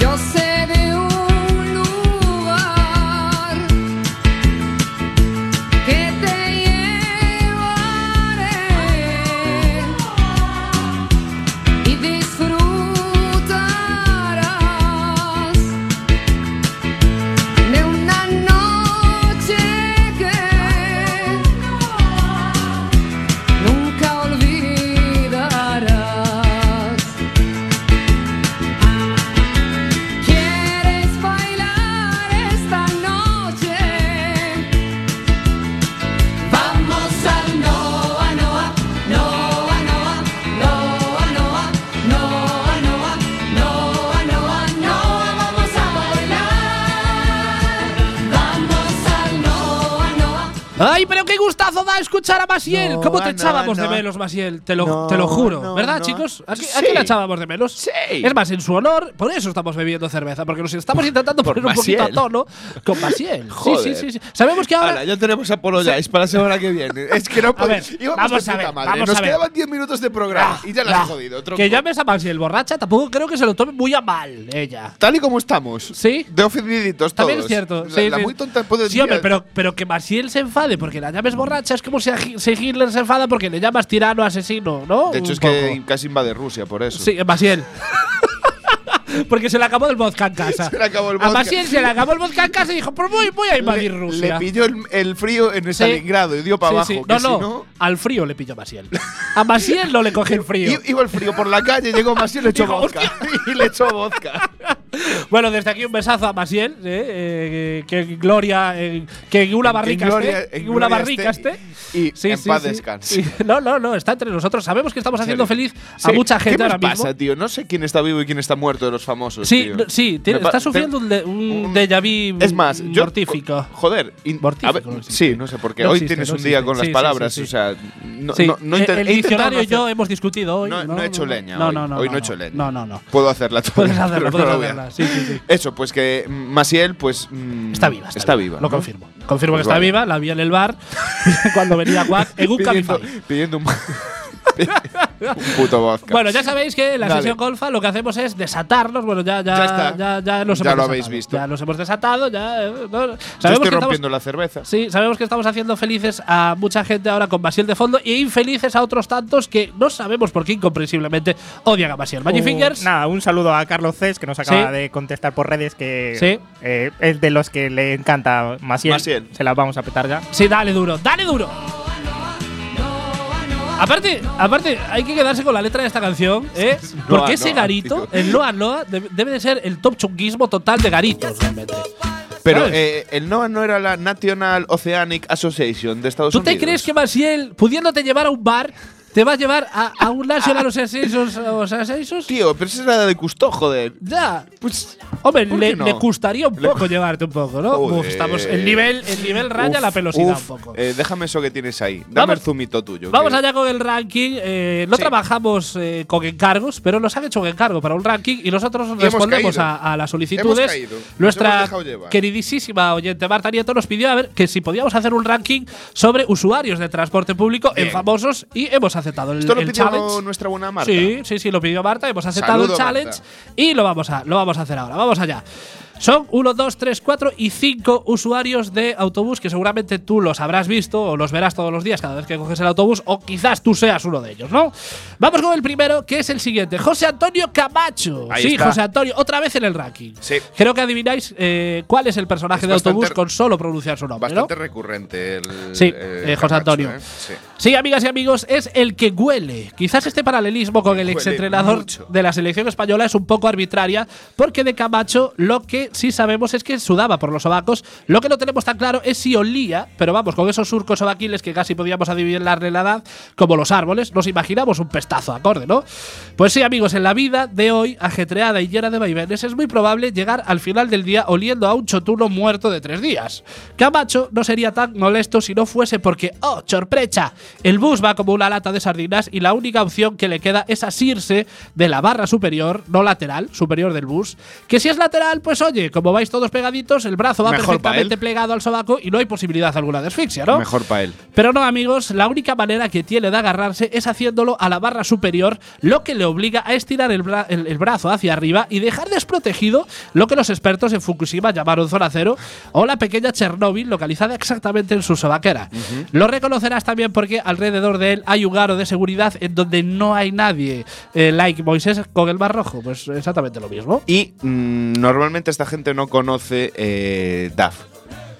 Speaker 6: yo sé de un lugar que te llevaré y disfrutarás de una noche que nunca olvidarás. ¿Quieres bailar esta noche? Vamos al Noa Noa, Noa Noa, Noa Noa, Noa Noa, Noa Noa, Noa, vamos a bailar. Vamos al Noa Noa.
Speaker 3: ¡Ay, pero qué gustazo da escuchar a Masiel!
Speaker 4: No,
Speaker 3: ¿Cómo te
Speaker 4: no,
Speaker 3: echábamos
Speaker 4: no.
Speaker 3: de menos, Masiel? Te lo,
Speaker 4: No,
Speaker 3: te lo juro.
Speaker 4: no,
Speaker 3: ¿Verdad,
Speaker 4: no.
Speaker 3: chicos? Aquí,
Speaker 4: Sí.
Speaker 3: aquí la echábamos de menos.
Speaker 4: Sí.
Speaker 3: Es más, en su honor, por eso estamos bebiendo cerveza, porque nos estamos intentando
Speaker 7: Por
Speaker 3: poner un poquito a
Speaker 7: Maciel.
Speaker 3: tono con Masiel. sí, sí,
Speaker 7: Joder.
Speaker 3: sí, sí. Sabemos que ahora.
Speaker 7: Ahora, ya tenemos a Polo ya, es para la semana que
Speaker 3: *laughs*
Speaker 7: viene.
Speaker 4: Es que no
Speaker 3: ver,
Speaker 4: podemos. Íbamos
Speaker 3: vamos
Speaker 4: de
Speaker 3: a
Speaker 4: puta
Speaker 3: ver,
Speaker 4: madre.
Speaker 3: vamos
Speaker 4: Nos
Speaker 3: a ver.
Speaker 4: quedaban 10 minutos de programa y ya la has jodido. tronco.
Speaker 3: Ah, que llames a Masiel borracha, tampoco creo que se lo tome muy a mal ella.
Speaker 4: Tal y como estamos.
Speaker 3: Sí.
Speaker 4: De ofendiditos todos.
Speaker 3: También es cierto.
Speaker 4: La,
Speaker 3: sí,
Speaker 4: la
Speaker 3: sí.
Speaker 4: muy tonta puede
Speaker 3: Sí, hombre, pero, pero que Masiel se enfade porque la llames borracha es como si, a Hi- si Hitler se enfada porque le llamas tirano asesino, ¿no?
Speaker 4: De
Speaker 3: Un
Speaker 4: hecho, es
Speaker 3: poco.
Speaker 4: que casi invade Rusia por eso.
Speaker 3: Sí,
Speaker 4: *laughs*
Speaker 3: Masiel. Porque se le acabó el vodka en casa.
Speaker 4: Se le acabó el
Speaker 3: A
Speaker 4: vodka.
Speaker 3: Masiel se le acabó el vodka en casa y dijo, pues voy, voy a invadir
Speaker 4: le,
Speaker 3: Rusia.
Speaker 4: le pilló el, el frío en Stalingrado y dio para
Speaker 3: Sí, sí.
Speaker 4: abajo.
Speaker 3: No,
Speaker 4: que si
Speaker 3: no, al frío le pilló a Masiel. A Masiel no le coge el frío.
Speaker 4: I- Iba el frío por la calle, llegó más
Speaker 3: *laughs*
Speaker 4: y le echó
Speaker 3: Dijo,
Speaker 4: vodka. *laughs* y le echó vodka.
Speaker 3: Bueno, desde aquí un besazo a Masiel, eh, eh, que en gloria, eh, que en una
Speaker 4: En- en
Speaker 3: barrica
Speaker 4: gloria-
Speaker 3: esté,
Speaker 4: en
Speaker 3: en una
Speaker 4: gloria
Speaker 3: barrica este.
Speaker 4: esté.
Speaker 3: esté.
Speaker 4: Y en paz descanse.
Speaker 3: Y- no, no, no, está entre nosotros. Sabemos que estamos haciendo feliz a
Speaker 4: Sí.
Speaker 3: mucha gente
Speaker 4: ¿Qué nos
Speaker 3: ahora mismo.
Speaker 4: pasa, tío? No sé quién está vivo y quién está muerto de los famosos.
Speaker 3: Sí,
Speaker 4: tío.
Speaker 3: no- sí, tiene-
Speaker 4: Me pa-
Speaker 3: está sufriendo
Speaker 4: te-
Speaker 3: un, de- un déjà vu
Speaker 4: Es más, yo.
Speaker 3: mortífico.
Speaker 4: co- Joder, in-
Speaker 3: Mortífico,
Speaker 4: a ver,
Speaker 3: no existe.
Speaker 4: sí, no sé, porque
Speaker 3: No
Speaker 4: hoy
Speaker 3: existe,
Speaker 4: tienes
Speaker 3: no
Speaker 4: un día
Speaker 3: existe.
Speaker 4: con las
Speaker 3: Sí, sí,
Speaker 4: palabras,
Speaker 3: sí, sí.
Speaker 4: o sea, no,
Speaker 3: Sí,
Speaker 4: no, no
Speaker 3: el-
Speaker 4: inter-
Speaker 3: el
Speaker 4: he intentado
Speaker 3: diccionario y
Speaker 4: no
Speaker 3: yo
Speaker 4: hacer-
Speaker 3: hemos discutido hoy.
Speaker 4: No, no he hecho leña.
Speaker 3: No,
Speaker 4: hoy.
Speaker 3: no, no.
Speaker 4: Hoy
Speaker 3: no,
Speaker 4: no he hecho leña.
Speaker 3: No, no, no.
Speaker 4: Puedo hacerla todavía,
Speaker 3: Puedes hacerla,
Speaker 4: *laughs* pero
Speaker 3: puedes
Speaker 4: no lo voy
Speaker 3: hacerla.
Speaker 4: a-
Speaker 3: Sí, sí, sí.
Speaker 4: Eso, pues que mm, Maciel, pues. mm,
Speaker 3: Está viva. Está,
Speaker 4: viva.
Speaker 3: Lo
Speaker 4: ¿no?
Speaker 3: confirmo. Confirmo que
Speaker 4: Pues
Speaker 3: está
Speaker 4: vale.
Speaker 3: viva. La vi en el
Speaker 4: *laughs*
Speaker 3: bar *laughs* cuando venía Juan en un
Speaker 4: Pidiendo,
Speaker 3: Cabify.
Speaker 4: pidiendo
Speaker 3: *laughs*
Speaker 4: un, *laughs* un puto vodka.
Speaker 3: Bueno, ya sabéis que en la
Speaker 4: Dale.
Speaker 3: sesión golfa lo que hacemos es desatarnos. Bueno, ya, ya,
Speaker 4: Ya está.
Speaker 3: ya, ya los
Speaker 4: Ya
Speaker 3: hemos
Speaker 4: lo habéis
Speaker 3: desatado.
Speaker 4: visto.
Speaker 3: Ya los hemos desatado. Ya, eh, no. sabemos
Speaker 4: Yo estoy
Speaker 3: que
Speaker 4: rompiendo
Speaker 3: estamos,
Speaker 4: la cerveza.
Speaker 3: Sí, sabemos que estamos haciendo felices a mucha gente ahora con Basiel de fondo e infelices a otros tantos que no sabemos por qué incomprensiblemente odian a Basiel.
Speaker 4: Oh.
Speaker 3: Magic
Speaker 1: Uh,
Speaker 3: Fingers.
Speaker 1: Nada, un saludo a Carlos Cés, que nos acaba
Speaker 3: Sí.
Speaker 1: de contestar por redes, que
Speaker 3: Sí.
Speaker 1: eh, es de los que le encanta Maciel.
Speaker 4: Maciel.
Speaker 1: Se las vamos a petar ya.
Speaker 3: Sí, dale duro, dale duro. Aparte, aparte, hay que quedarse con la letra de esta canción, ¿eh? Porque ese
Speaker 4: *laughs* Noa,
Speaker 3: garito,
Speaker 4: tío.
Speaker 3: el Loa Loa, deb- debe de ser el top chunguismo total de garitos, realmente.
Speaker 4: Pero
Speaker 3: ¿Sabes?
Speaker 4: eh, el NOAA no era la National Oceanic Association de Estados
Speaker 3: ¿Tú
Speaker 4: Unidos.
Speaker 3: te crees que Marciel, pudiéndote llevar a un bar, te va a llevar a, a un National Associations? Associations?
Speaker 4: Tío, pero esa era la de Custo, joder.
Speaker 3: Ya.
Speaker 4: Pues,
Speaker 3: Hombre,
Speaker 4: ¿por
Speaker 3: le,
Speaker 4: qué no?
Speaker 3: le gustaría un
Speaker 4: Le-
Speaker 3: poco llevarte un poco, ¿no?
Speaker 4: Joder.
Speaker 3: Uf, estamos. El nivel, el nivel raya
Speaker 4: uf,
Speaker 3: la pelosidad
Speaker 4: uf,
Speaker 3: un poco.
Speaker 4: eh, déjame eso que tienes ahí. Dame
Speaker 3: Vamos-
Speaker 4: el zumito tuyo.
Speaker 3: Vamos
Speaker 4: que-
Speaker 3: allá con el ranking. Eh, no
Speaker 4: Sí.
Speaker 3: trabajamos eh, con encargos, pero nos han hecho un encargo para un ranking y nosotros
Speaker 4: hemos
Speaker 3: respondemos
Speaker 4: caído.
Speaker 3: a, a las
Speaker 4: Hemos
Speaker 3: solicitudes.
Speaker 4: caído. Nos hemos
Speaker 3: Nuestra
Speaker 4: dejado llevar.
Speaker 3: queridísima oyente Marta Nieto nos pidió a ver que si podíamos hacer un ranking sobre usuarios de transporte público en
Speaker 4: Bien.
Speaker 3: famosos y hemos aceptado el,
Speaker 4: Esto lo
Speaker 3: el
Speaker 4: pidió
Speaker 3: challenge.
Speaker 4: nuestra buena Marta.
Speaker 3: Sí, sí, sí, lo pidió Marta, hemos aceptado
Speaker 4: Saludo,
Speaker 3: el challenge
Speaker 4: Marta.
Speaker 3: y lo vamos, a, lo vamos a hacer ahora. Vamos allá. Son 1, 2, 3, 4 y 5 usuarios de autobús que seguramente tú los habrás visto o los verás todos los días cada vez que coges el autobús o quizás tú seas uno de ellos, ¿no? Vamos con el primero, que es el siguiente, José Antonio Camacho.
Speaker 4: Ahí
Speaker 3: sí,
Speaker 4: está.
Speaker 3: José Antonio, otra vez en el ranking.
Speaker 4: Sí.
Speaker 3: Creo que adivináis eh, cuál es el personaje
Speaker 4: Es
Speaker 3: de autobús
Speaker 4: bastante-
Speaker 3: con solo pronunciar su nombre, ¿no?
Speaker 4: Bastante recurrente el.
Speaker 3: Sí,
Speaker 4: el
Speaker 3: eh, José
Speaker 4: Camacho,
Speaker 3: Antonio.
Speaker 4: ¿eh? Sí.
Speaker 3: Sí, amigas y amigos, es el el que huele. Quizás este paralelismo con el
Speaker 4: Huele
Speaker 3: exentrenador
Speaker 4: mucho.
Speaker 3: de la selección española es un poco arbitraria, porque de Camacho lo que sí sabemos es que sudaba por los sobacos. Lo que no tenemos tan claro es si olía, pero vamos, con esos surcos sobaquiles que casi podíamos adivinarle la edad, como los árboles, nos imaginamos un pestazo acorde, ¿no? Pues sí, amigos, en la vida de hoy, ajetreada y llena de vaivenes, es muy probable llegar al final del día oliendo a un chotuno muerto de tres días. Camacho no sería tan molesto si no fuese porque, ¡oh, sorpresa! El bus va como una lata de sardinas y la única opción que le queda es asirse de la barra superior, no lateral, superior del bus. Que si es lateral, pues oye, como vais todos pegaditos, el brazo va
Speaker 4: Mejor pa'
Speaker 3: perfectamente
Speaker 4: él.
Speaker 3: plegado al sobaco y no hay posibilidad alguna de asfixia, ¿no?
Speaker 4: Mejor para él.
Speaker 3: Pero no, amigos, la única manera que tiene de agarrarse es haciéndolo a la barra superior, lo que le obliga a estirar el, bra- el- el brazo hacia arriba y dejar desprotegido lo que los expertos en Fukushima llamaron zona cero o la pequeña Chernóbil localizada exactamente en su sobaquera. Lo reconocerás también porque alrededor de él hay un aro de seguridad en donde no hay nadie. Eh, like Moisés con el mar rojo, pues exactamente lo mismo.
Speaker 4: Y mm, normalmente esta gente no conoce eh, DAF.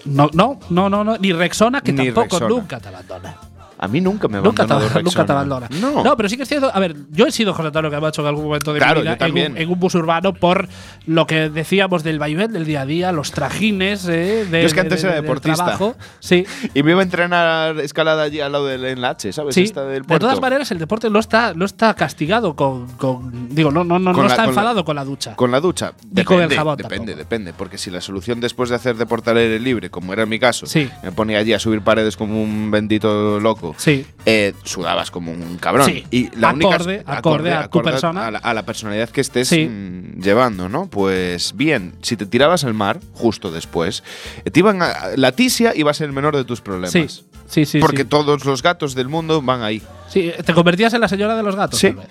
Speaker 3: No, no, no, no, no, ni Rexona que
Speaker 4: Ni
Speaker 3: tampoco
Speaker 4: Rexona.
Speaker 3: nunca te abandona.
Speaker 4: A mí nunca me ha
Speaker 3: Nunca te,
Speaker 4: abandonado
Speaker 3: abandona, nunca te abandona.
Speaker 4: Rexona. No.
Speaker 3: pero sí que es cierto. A ver, yo he sido José Antonio Camacho en algún momento de
Speaker 4: Claro,
Speaker 3: mi vida
Speaker 4: yo también.
Speaker 3: En, un, en un bus urbano por lo que decíamos del vaivén del día a día, los trajines eh, de,
Speaker 4: Yo es que
Speaker 3: de-
Speaker 4: antes
Speaker 3: de-
Speaker 4: era
Speaker 3: del
Speaker 4: deportista.
Speaker 3: trabajo. Sí.
Speaker 4: Y me iba a entrenar escalada allí al lado del enlace, ¿sabes?
Speaker 3: Sí,
Speaker 4: Esta Pues del
Speaker 3: de
Speaker 4: puerto.
Speaker 3: todas maneras el deporte no está, no está castigado con, con- digo, no, no, no, no
Speaker 4: Con la-
Speaker 3: está
Speaker 4: con la-
Speaker 3: enfadado con la ducha.
Speaker 4: Con la ducha.
Speaker 3: Ni con el
Speaker 4: Depende,
Speaker 3: jabón
Speaker 4: depende,
Speaker 3: tampoco.
Speaker 4: depende. Porque si la solución después de hacer deporte al aire libre, como era mi caso,
Speaker 3: Sí.
Speaker 4: me ponía allí a subir paredes como un bendito loco,
Speaker 3: Sí.
Speaker 4: eh, sudabas como un cabrón.
Speaker 3: Sí.
Speaker 4: Y la única-
Speaker 3: Acorde- acorde a tu persona.
Speaker 4: A la, a la personalidad que estés
Speaker 3: Sí.
Speaker 4: mm, llevando, ¿no? Pues bien, si te tirabas al mar justo después, eh, te iban a- la tisia iba a ser el menor de tus problemas.
Speaker 3: Sí, sí, sí.
Speaker 4: porque
Speaker 3: sí.
Speaker 4: todos los gatos del mundo van ahí.
Speaker 3: Sí, te convertías en la señora de los gatos.
Speaker 4: Sí.
Speaker 3: tal vez.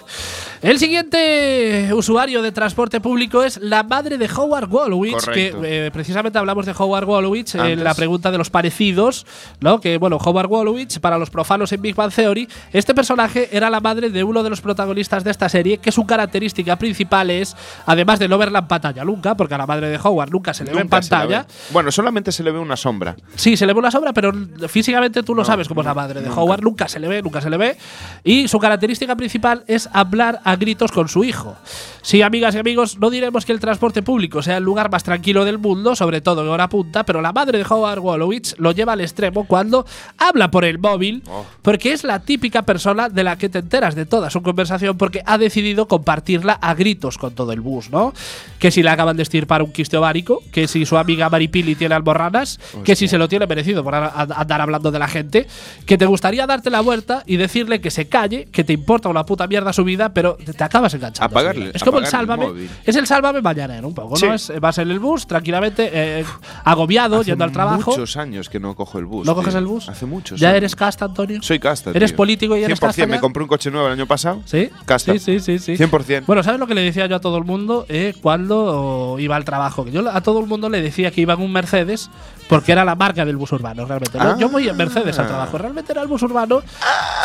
Speaker 3: El siguiente usuario de transporte público es la madre de Howard Wolowitz,
Speaker 4: Correcto.
Speaker 3: que eh, precisamente hablamos de Howard Wolowitz
Speaker 4: Antes.
Speaker 3: en la pregunta de los parecidos, ¿no? Que bueno, Howard Wolowitz, para los profanos en Big Bang Theory, este personaje era la madre de uno de los protagonistas de esta serie, que su característica principal es, además de no verla en pantalla nunca, porque a la madre de Howard nunca se le ve en
Speaker 4: Nunca se la
Speaker 3: pantalla.
Speaker 4: ve. Bueno, solamente se le ve una sombra.
Speaker 3: Sí, se le ve una sombra, pero físicamente tú no, sabes cómo es la madre de Howard. Nunca se le ve, nunca se le ve. Y su característica principal es hablar a gritos con su hijo. Sí, amigas y amigos, no diremos que el transporte público sea el lugar más tranquilo del mundo, sobre todo en hora punta, pero la madre de Howard Wolowitz lo lleva al extremo cuando habla por el móvil, porque es la típica persona de la que te enteras de toda su conversación, porque ha decidido compartirla a gritos con todo el bus, ¿no? Que si le acaban de estirpar un quiste ovárico, que si su amiga Maripili tiene alborranas, que si se lo tiene merecido por a- a- andar hablando de la gente, que te gustaría darte la vuelta y decirle que se calle, que te importa una puta mierda su vida, pero te te acabas enganchando. a su
Speaker 4: Apagarle-
Speaker 3: vida. Es como el
Speaker 4: apagarle el
Speaker 3: sálvame.
Speaker 4: móvil.
Speaker 3: es el sálvame mañana, un poco,
Speaker 4: Sí.
Speaker 3: ¿no? Es, eh, vas en el bus, tranquilamente, eh, agobiado,
Speaker 4: Hace
Speaker 3: yendo al trabajo.
Speaker 4: muchos años que no cojo el bus.
Speaker 3: ¿No
Speaker 4: tío.
Speaker 3: coges el bus?
Speaker 4: Hace muchos.
Speaker 3: ¿Ya
Speaker 4: años.
Speaker 3: eres casta, Antonio?
Speaker 4: Soy casta.
Speaker 3: ¿Eres
Speaker 4: tío.
Speaker 3: político y eres casta
Speaker 4: me
Speaker 3: ya?
Speaker 4: compré un coche nuevo el año pasado.
Speaker 3: ¿Sí?
Speaker 4: Casta.
Speaker 3: Sí, sí, sí, sí.
Speaker 4: 100%.
Speaker 3: Bueno, ¿sabes lo que le decía yo a todo el mundo eh, cuando iba al trabajo? Que yo a todo el mundo le decía que iba en un Mercedes porque era la marca del bus urbano, realmente. ¿no?
Speaker 4: Ah.
Speaker 3: Yo voy en Mercedes al trabajo, realmente era el bus urbano.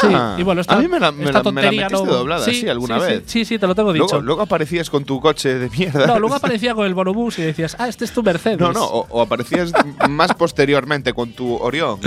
Speaker 3: Sí, y bueno, esta,
Speaker 4: Ah. A mí me la-
Speaker 3: esta
Speaker 4: me la- me la
Speaker 3: tontería no-
Speaker 4: metiste doblada, sí, alguna
Speaker 3: sí,
Speaker 4: vez.
Speaker 3: Sí, sí, sí, te lo tengo dicho.
Speaker 4: luego, luego aparecías con tu coche de mierda.
Speaker 3: no, luego aparecía con el bonobús y decías, ah, este es tu Mercedes.
Speaker 4: *laughs* No, no, o, o aparecías más posteriormente con tu Orión.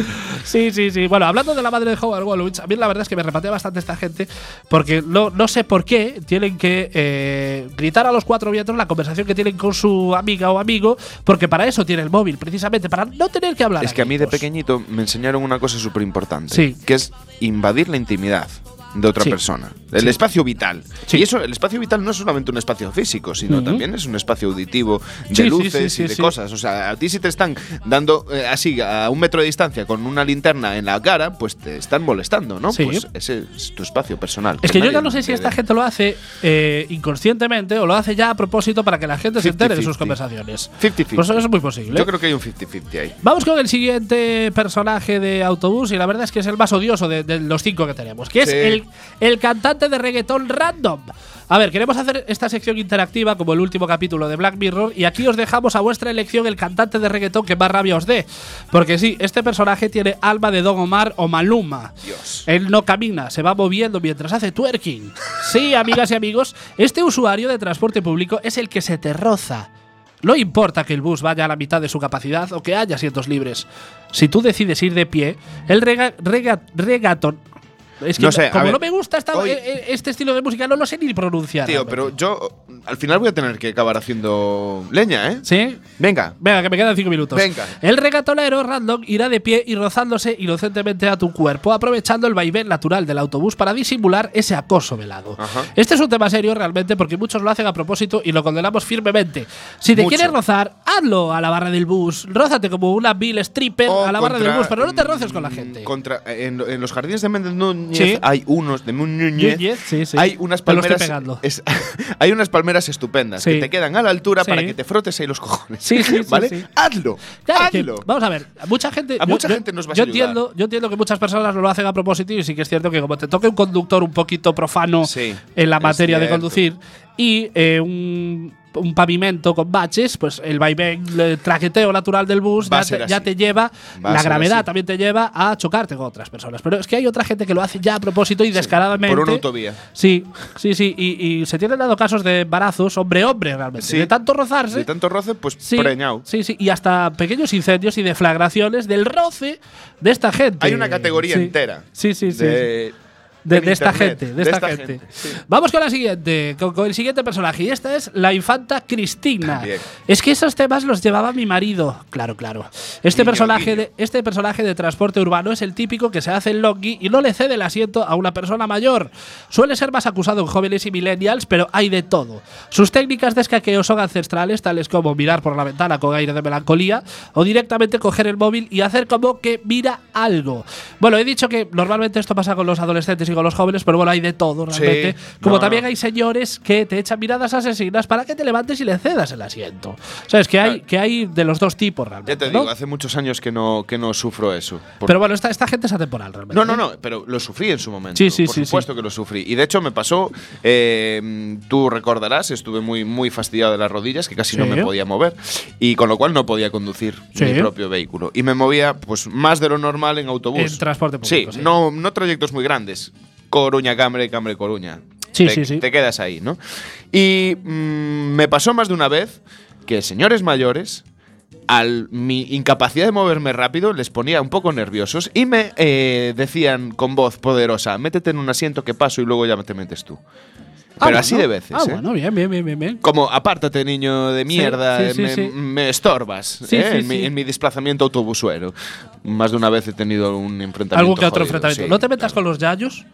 Speaker 3: Sí, sí, sí. Bueno, hablando de la madre de Howard Wolowitz, a mí la verdad es que me repatea bastante esta gente porque no, no sé por qué tienen que eh, gritar a los cuatro vientos la conversación que tienen con su amiga o amigo, porque para eso tiene el móvil, precisamente, para no tener que hablar.
Speaker 4: Es que a mí de
Speaker 3: gritos.
Speaker 4: pequeñito me enseñaron una cosa súper importante,
Speaker 3: Sí.
Speaker 4: que es invadir la intimidad de otra
Speaker 3: Sí.
Speaker 4: persona, el
Speaker 3: Sí.
Speaker 4: espacio vital.
Speaker 3: Sí.
Speaker 4: Y eso, el espacio vital no es solamente un espacio físico, sino
Speaker 3: Ujú.
Speaker 4: también es un espacio auditivo de
Speaker 3: Sí, sí,
Speaker 4: luces
Speaker 3: sí,
Speaker 4: y
Speaker 3: sí,
Speaker 4: de
Speaker 3: sí.
Speaker 4: cosas. O sea, a ti si te están dando eh, así a un metro de distancia con una linterna en la cara, pues te están molestando, ¿no?
Speaker 3: Sí.
Speaker 4: Pues ese es tu espacio personal.
Speaker 3: Es que yo
Speaker 4: nadie
Speaker 3: ya no sé si
Speaker 4: te
Speaker 3: esta
Speaker 4: ve.
Speaker 3: gente lo hace eh, inconscientemente o lo hace ya a propósito para que la gente se entere de sus
Speaker 4: 50-50.
Speaker 3: conversaciones.
Speaker 4: 50-50.
Speaker 3: Pues eso es muy posible.
Speaker 4: Yo creo que hay un 50-50 ahí.
Speaker 3: Vamos con el siguiente personaje de autobús y la verdad es que es el más odioso de, de los cinco que tenemos, que es
Speaker 4: Sí.
Speaker 3: el, el cantante de reggaetón random. A ver, queremos hacer esta sección interactiva como el último capítulo de Black Mirror y aquí os dejamos a vuestra elección el cantante de reggaetón que más rabia os dé. Porque sí, este personaje tiene alma de Don Omar o Maluma.
Speaker 4: Dios.
Speaker 3: Él no camina, se va moviendo mientras hace twerking. Sí, amigas y amigos, este usuario de transporte público es el que se te roza. No importa que el bus vaya a la mitad de su capacidad o que haya asientos libres. Si tú decides ir de pie, el rega, rega- regaton- Es que
Speaker 4: No sé, a
Speaker 3: como
Speaker 4: ver,
Speaker 3: no me gusta esta-
Speaker 4: hoy-
Speaker 3: e- e- este estilo de música, no lo sé ni pronunciar.
Speaker 4: Tío, pero yo al final voy a tener que acabar haciendo leña, ¿eh?
Speaker 3: ¿Sí?
Speaker 4: Venga.
Speaker 3: Venga, que me quedan cinco minutos.
Speaker 4: Venga.
Speaker 3: El regatolero random irá de pie y rozándose inocentemente a tu cuerpo, aprovechando el vaivén natural del autobús para disimular ese acoso velado.
Speaker 4: Ajá.
Speaker 3: Este es un tema serio realmente porque muchos lo hacen a propósito y lo condenamos firmemente. Si te
Speaker 4: Mucho.
Speaker 3: quieres rozar, hazlo a la barra del bus. Rózate como una vil stripper
Speaker 4: O
Speaker 3: a la barra del
Speaker 4: contra-
Speaker 3: bus, pero no te roces con la
Speaker 4: mm,
Speaker 3: gente.
Speaker 4: Contra, en, en los jardines de Méndez Núñez
Speaker 3: Sí.
Speaker 4: hay unos de Núñez.
Speaker 3: Núñez, sí, sí.
Speaker 4: Hay unas
Speaker 3: Me lo estoy
Speaker 4: palmeras.
Speaker 3: pegando.
Speaker 4: es- *laughs* hay unas palmeras estupendas
Speaker 3: Sí.
Speaker 4: que te quedan a la altura
Speaker 3: Sí.
Speaker 4: para que te frotes ahí los cojones.
Speaker 3: Sí, sí, sí,
Speaker 4: ¿Vale?
Speaker 3: sí.
Speaker 4: Hazlo.
Speaker 3: Claro que-
Speaker 4: hazlo.
Speaker 3: vamos a ver, a mucha gente.
Speaker 4: A mucha gente nos vas a
Speaker 3: yo
Speaker 4: ayudar.
Speaker 3: entiendo, yo entiendo que muchas personas lo hacen a propósito y sí que es cierto que como te toque un conductor un poquito profano
Speaker 4: Sí,
Speaker 3: en la
Speaker 4: es
Speaker 3: materia de
Speaker 4: cierto.
Speaker 3: conducir y eh, un, un pavimento con baches, pues el vaivén, el traqueteo natural del bus
Speaker 4: Va a
Speaker 3: ya
Speaker 4: ser
Speaker 3: te, ya
Speaker 4: así.
Speaker 3: te lleva,
Speaker 4: Va a
Speaker 3: la
Speaker 4: ser
Speaker 3: gravedad
Speaker 4: así.
Speaker 3: también te lleva a chocarte con otras personas. Pero es que hay otra gente que lo hace ya a propósito y descaradamente.
Speaker 4: por una autovía.
Speaker 3: Sí, sí, sí. Y, y se tienen dado casos de embarazos, hombre-hombre realmente.
Speaker 4: Sí.
Speaker 3: De tanto rozarse.
Speaker 4: De tanto roce, pues
Speaker 3: Sí,
Speaker 4: preñao.
Speaker 3: sí, sí, y hasta pequeños incendios y deflagraciones del roce de esta gente.
Speaker 4: Hay una categoría
Speaker 3: Sí.
Speaker 4: entera.
Speaker 3: Sí, sí, sí. sí.
Speaker 4: De,
Speaker 3: De,
Speaker 4: en
Speaker 3: de esta
Speaker 4: internet,
Speaker 3: gente, de esta, gente.
Speaker 4: sí.
Speaker 3: Vamos con la siguiente, con, con el siguiente personaje. Y esta es la infanta Cristina.
Speaker 4: También.
Speaker 3: Es que esos temas los llevaba mi marido. Claro, claro. Este,
Speaker 4: Guiño,
Speaker 3: personaje,
Speaker 4: guiño.
Speaker 3: De, este personaje de transporte urbano es el típico que se hace el longi y no le cede el asiento a una persona mayor. Suele ser más acusado en jóvenes y millennials, pero hay de todo. Sus técnicas de escaqueo son ancestrales, tales como mirar por la ventana con aire de melancolía o directamente coger el móvil y hacer como que mira algo. Bueno, he dicho que normalmente esto pasa con los adolescentes y con los jóvenes, pero bueno, hay de todo realmente. como
Speaker 4: no,
Speaker 3: también
Speaker 4: no.
Speaker 3: hay señores que te echan miradas asesinas para que te levantes y le cedas el asiento. O sea, es que hay,
Speaker 4: Claro.
Speaker 3: que hay de los dos tipos realmente.
Speaker 4: Ya te
Speaker 3: ¿no?
Speaker 4: digo, hace muchos años que no, que no sufro eso. Por-
Speaker 3: Pero bueno, esta, esta gente es atemporal realmente.
Speaker 4: No, no, no, pero lo sufrí en su momento.
Speaker 3: Sí, sí,
Speaker 4: por
Speaker 3: sí,
Speaker 4: supuesto que lo sufrí. Y de hecho me pasó, eh, tú recordarás, estuve muy, muy fastidiado de las rodillas, que casi no
Speaker 3: Sí.
Speaker 4: me podía mover, y con lo cual no podía conducir
Speaker 3: Sí.
Speaker 4: mi propio vehículo. Y me movía pues más de lo normal en autobús.
Speaker 3: En transporte público,
Speaker 4: Sí,
Speaker 3: sí.
Speaker 4: No, no trayectos muy grandes. Coruña, Cambre, Cambre, Coruña.
Speaker 3: Sí,
Speaker 4: Te-
Speaker 3: sí, sí.
Speaker 4: Te quedas ahí, ¿no? Y mm, me pasó más de una vez que señores mayores al mi incapacidad de moverme rápido les ponía un poco nerviosos y me eh, decían con voz poderosa, métete en un asiento que paso y luego ya te metes tú. Pero
Speaker 3: Ah,
Speaker 4: así
Speaker 3: bueno.
Speaker 4: de veces.
Speaker 3: Ah,
Speaker 4: ¿eh?
Speaker 3: bueno, bien, bien, bien, bien. bien.
Speaker 4: Como apártate, niño de mierda,
Speaker 3: sí, sí,
Speaker 4: me,
Speaker 3: sí.
Speaker 4: me estorbas
Speaker 3: Sí,
Speaker 4: ¿eh?
Speaker 3: sí,
Speaker 4: en, mi,
Speaker 3: sí.
Speaker 4: en mi desplazamiento autobusuero. Más de una vez he tenido un enfrentamiento.
Speaker 3: Algún que otro
Speaker 4: jodido,
Speaker 3: enfrentamiento.
Speaker 4: sí,
Speaker 3: no te metas con los yayos.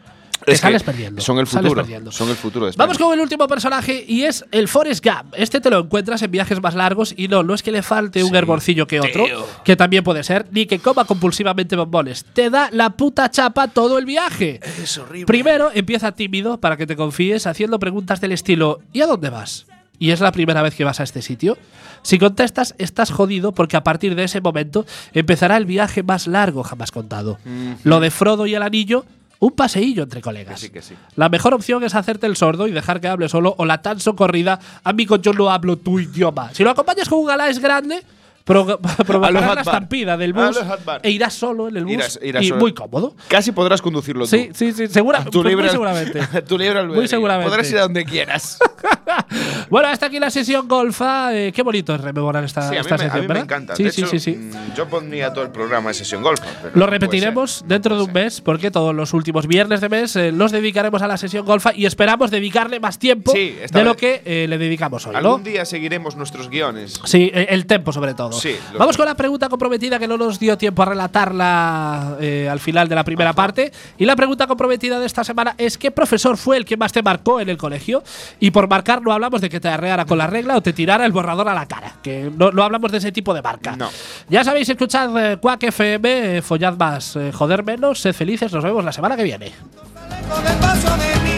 Speaker 3: Te
Speaker 4: Es que
Speaker 3: sales perdiendo.
Speaker 4: Son el
Speaker 3: sales
Speaker 4: futuro.
Speaker 3: perdiendo.
Speaker 4: Son el futuro de España.
Speaker 3: Vamos con el último personaje y es el Forrest Gump. Este te lo encuentras en viajes más largos y no, no es que le falte un hervorcillo que otro, que también puede ser, ni que coma compulsivamente bombones. Te da la puta chapa todo el viaje. Es horrible. Primero empieza tímido para que te confíes haciendo preguntas del estilo ¿Y a dónde vas? Y es la primera vez que vas a este sitio. Si contestas, estás jodido porque a partir de ese momento empezará el viaje más largo jamás contado. Lo de Frodo y el anillo, un paseillo entre colegas.
Speaker 4: sí, que sí.
Speaker 3: La mejor opción es hacerte el sordo y dejar que hable solo o la tan socorrida, amigo, yo no hablo tu idioma. Si lo acompañas con un galás grande, pro- *laughs* provocarás
Speaker 4: A lo
Speaker 3: la
Speaker 4: Akbar.
Speaker 3: estampida del
Speaker 4: A
Speaker 3: bus
Speaker 4: lo Akbar.
Speaker 3: e irás solo en el bus
Speaker 4: Irás- irás
Speaker 3: y
Speaker 4: solo.
Speaker 3: muy cómodo.
Speaker 4: Casi podrás conducirlo
Speaker 3: Sí,
Speaker 4: tú.
Speaker 3: *laughs* sí, sí, segura,
Speaker 4: A
Speaker 3: pues muy
Speaker 4: libre- *laughs*
Speaker 3: seguramente.
Speaker 4: a tu libre albedrío.
Speaker 3: seguramente.
Speaker 4: Podrás ir a donde quieras.
Speaker 3: bueno, hasta aquí la sesión golfa. Eh, qué bonito es rememorar esta,
Speaker 4: Sí, a mí,
Speaker 3: esta
Speaker 4: me, a
Speaker 3: sesión,
Speaker 4: mí me
Speaker 3: ¿verdad?
Speaker 4: encanta.
Speaker 3: Sí,
Speaker 4: De
Speaker 3: sí,
Speaker 4: hecho,
Speaker 3: sí, sí.
Speaker 4: mm, Yo pondría todo el programa de sesión golf. pero
Speaker 3: Lo
Speaker 4: no puede
Speaker 3: repetiremos
Speaker 4: ser.
Speaker 3: dentro de
Speaker 4: No
Speaker 3: un
Speaker 4: puede
Speaker 3: mes, porque todos los últimos viernes de mes eh, los dedicaremos a la sesión golfa y esperamos dedicarle más tiempo
Speaker 4: Sí, esta
Speaker 3: de lo
Speaker 4: vez.
Speaker 3: que eh, le dedicamos hoy.
Speaker 4: ser.
Speaker 3: ¿no?
Speaker 4: Algún día seguiremos nuestros guiones.
Speaker 3: Sí, eh, el tempo sobre todo.
Speaker 4: Sí, lo
Speaker 3: Vamos
Speaker 4: creo.
Speaker 3: con la pregunta comprometida que no nos dio tiempo a relatarla eh, al final de la primera parte. Y la pregunta comprometida de esta semana es ¿qué profesor fue el que más te marcó en el colegio? Y por marcar no hablamos de que te arreara con la regla o te tirara el borrador a la cara, que no, no hablamos de ese tipo de marca.
Speaker 4: No.
Speaker 3: Ya sabéis, escuchad eh, Quack FM, eh, follad más, eh, joder menos, sed felices, nos vemos la semana que viene.
Speaker 5: No me paso de mí.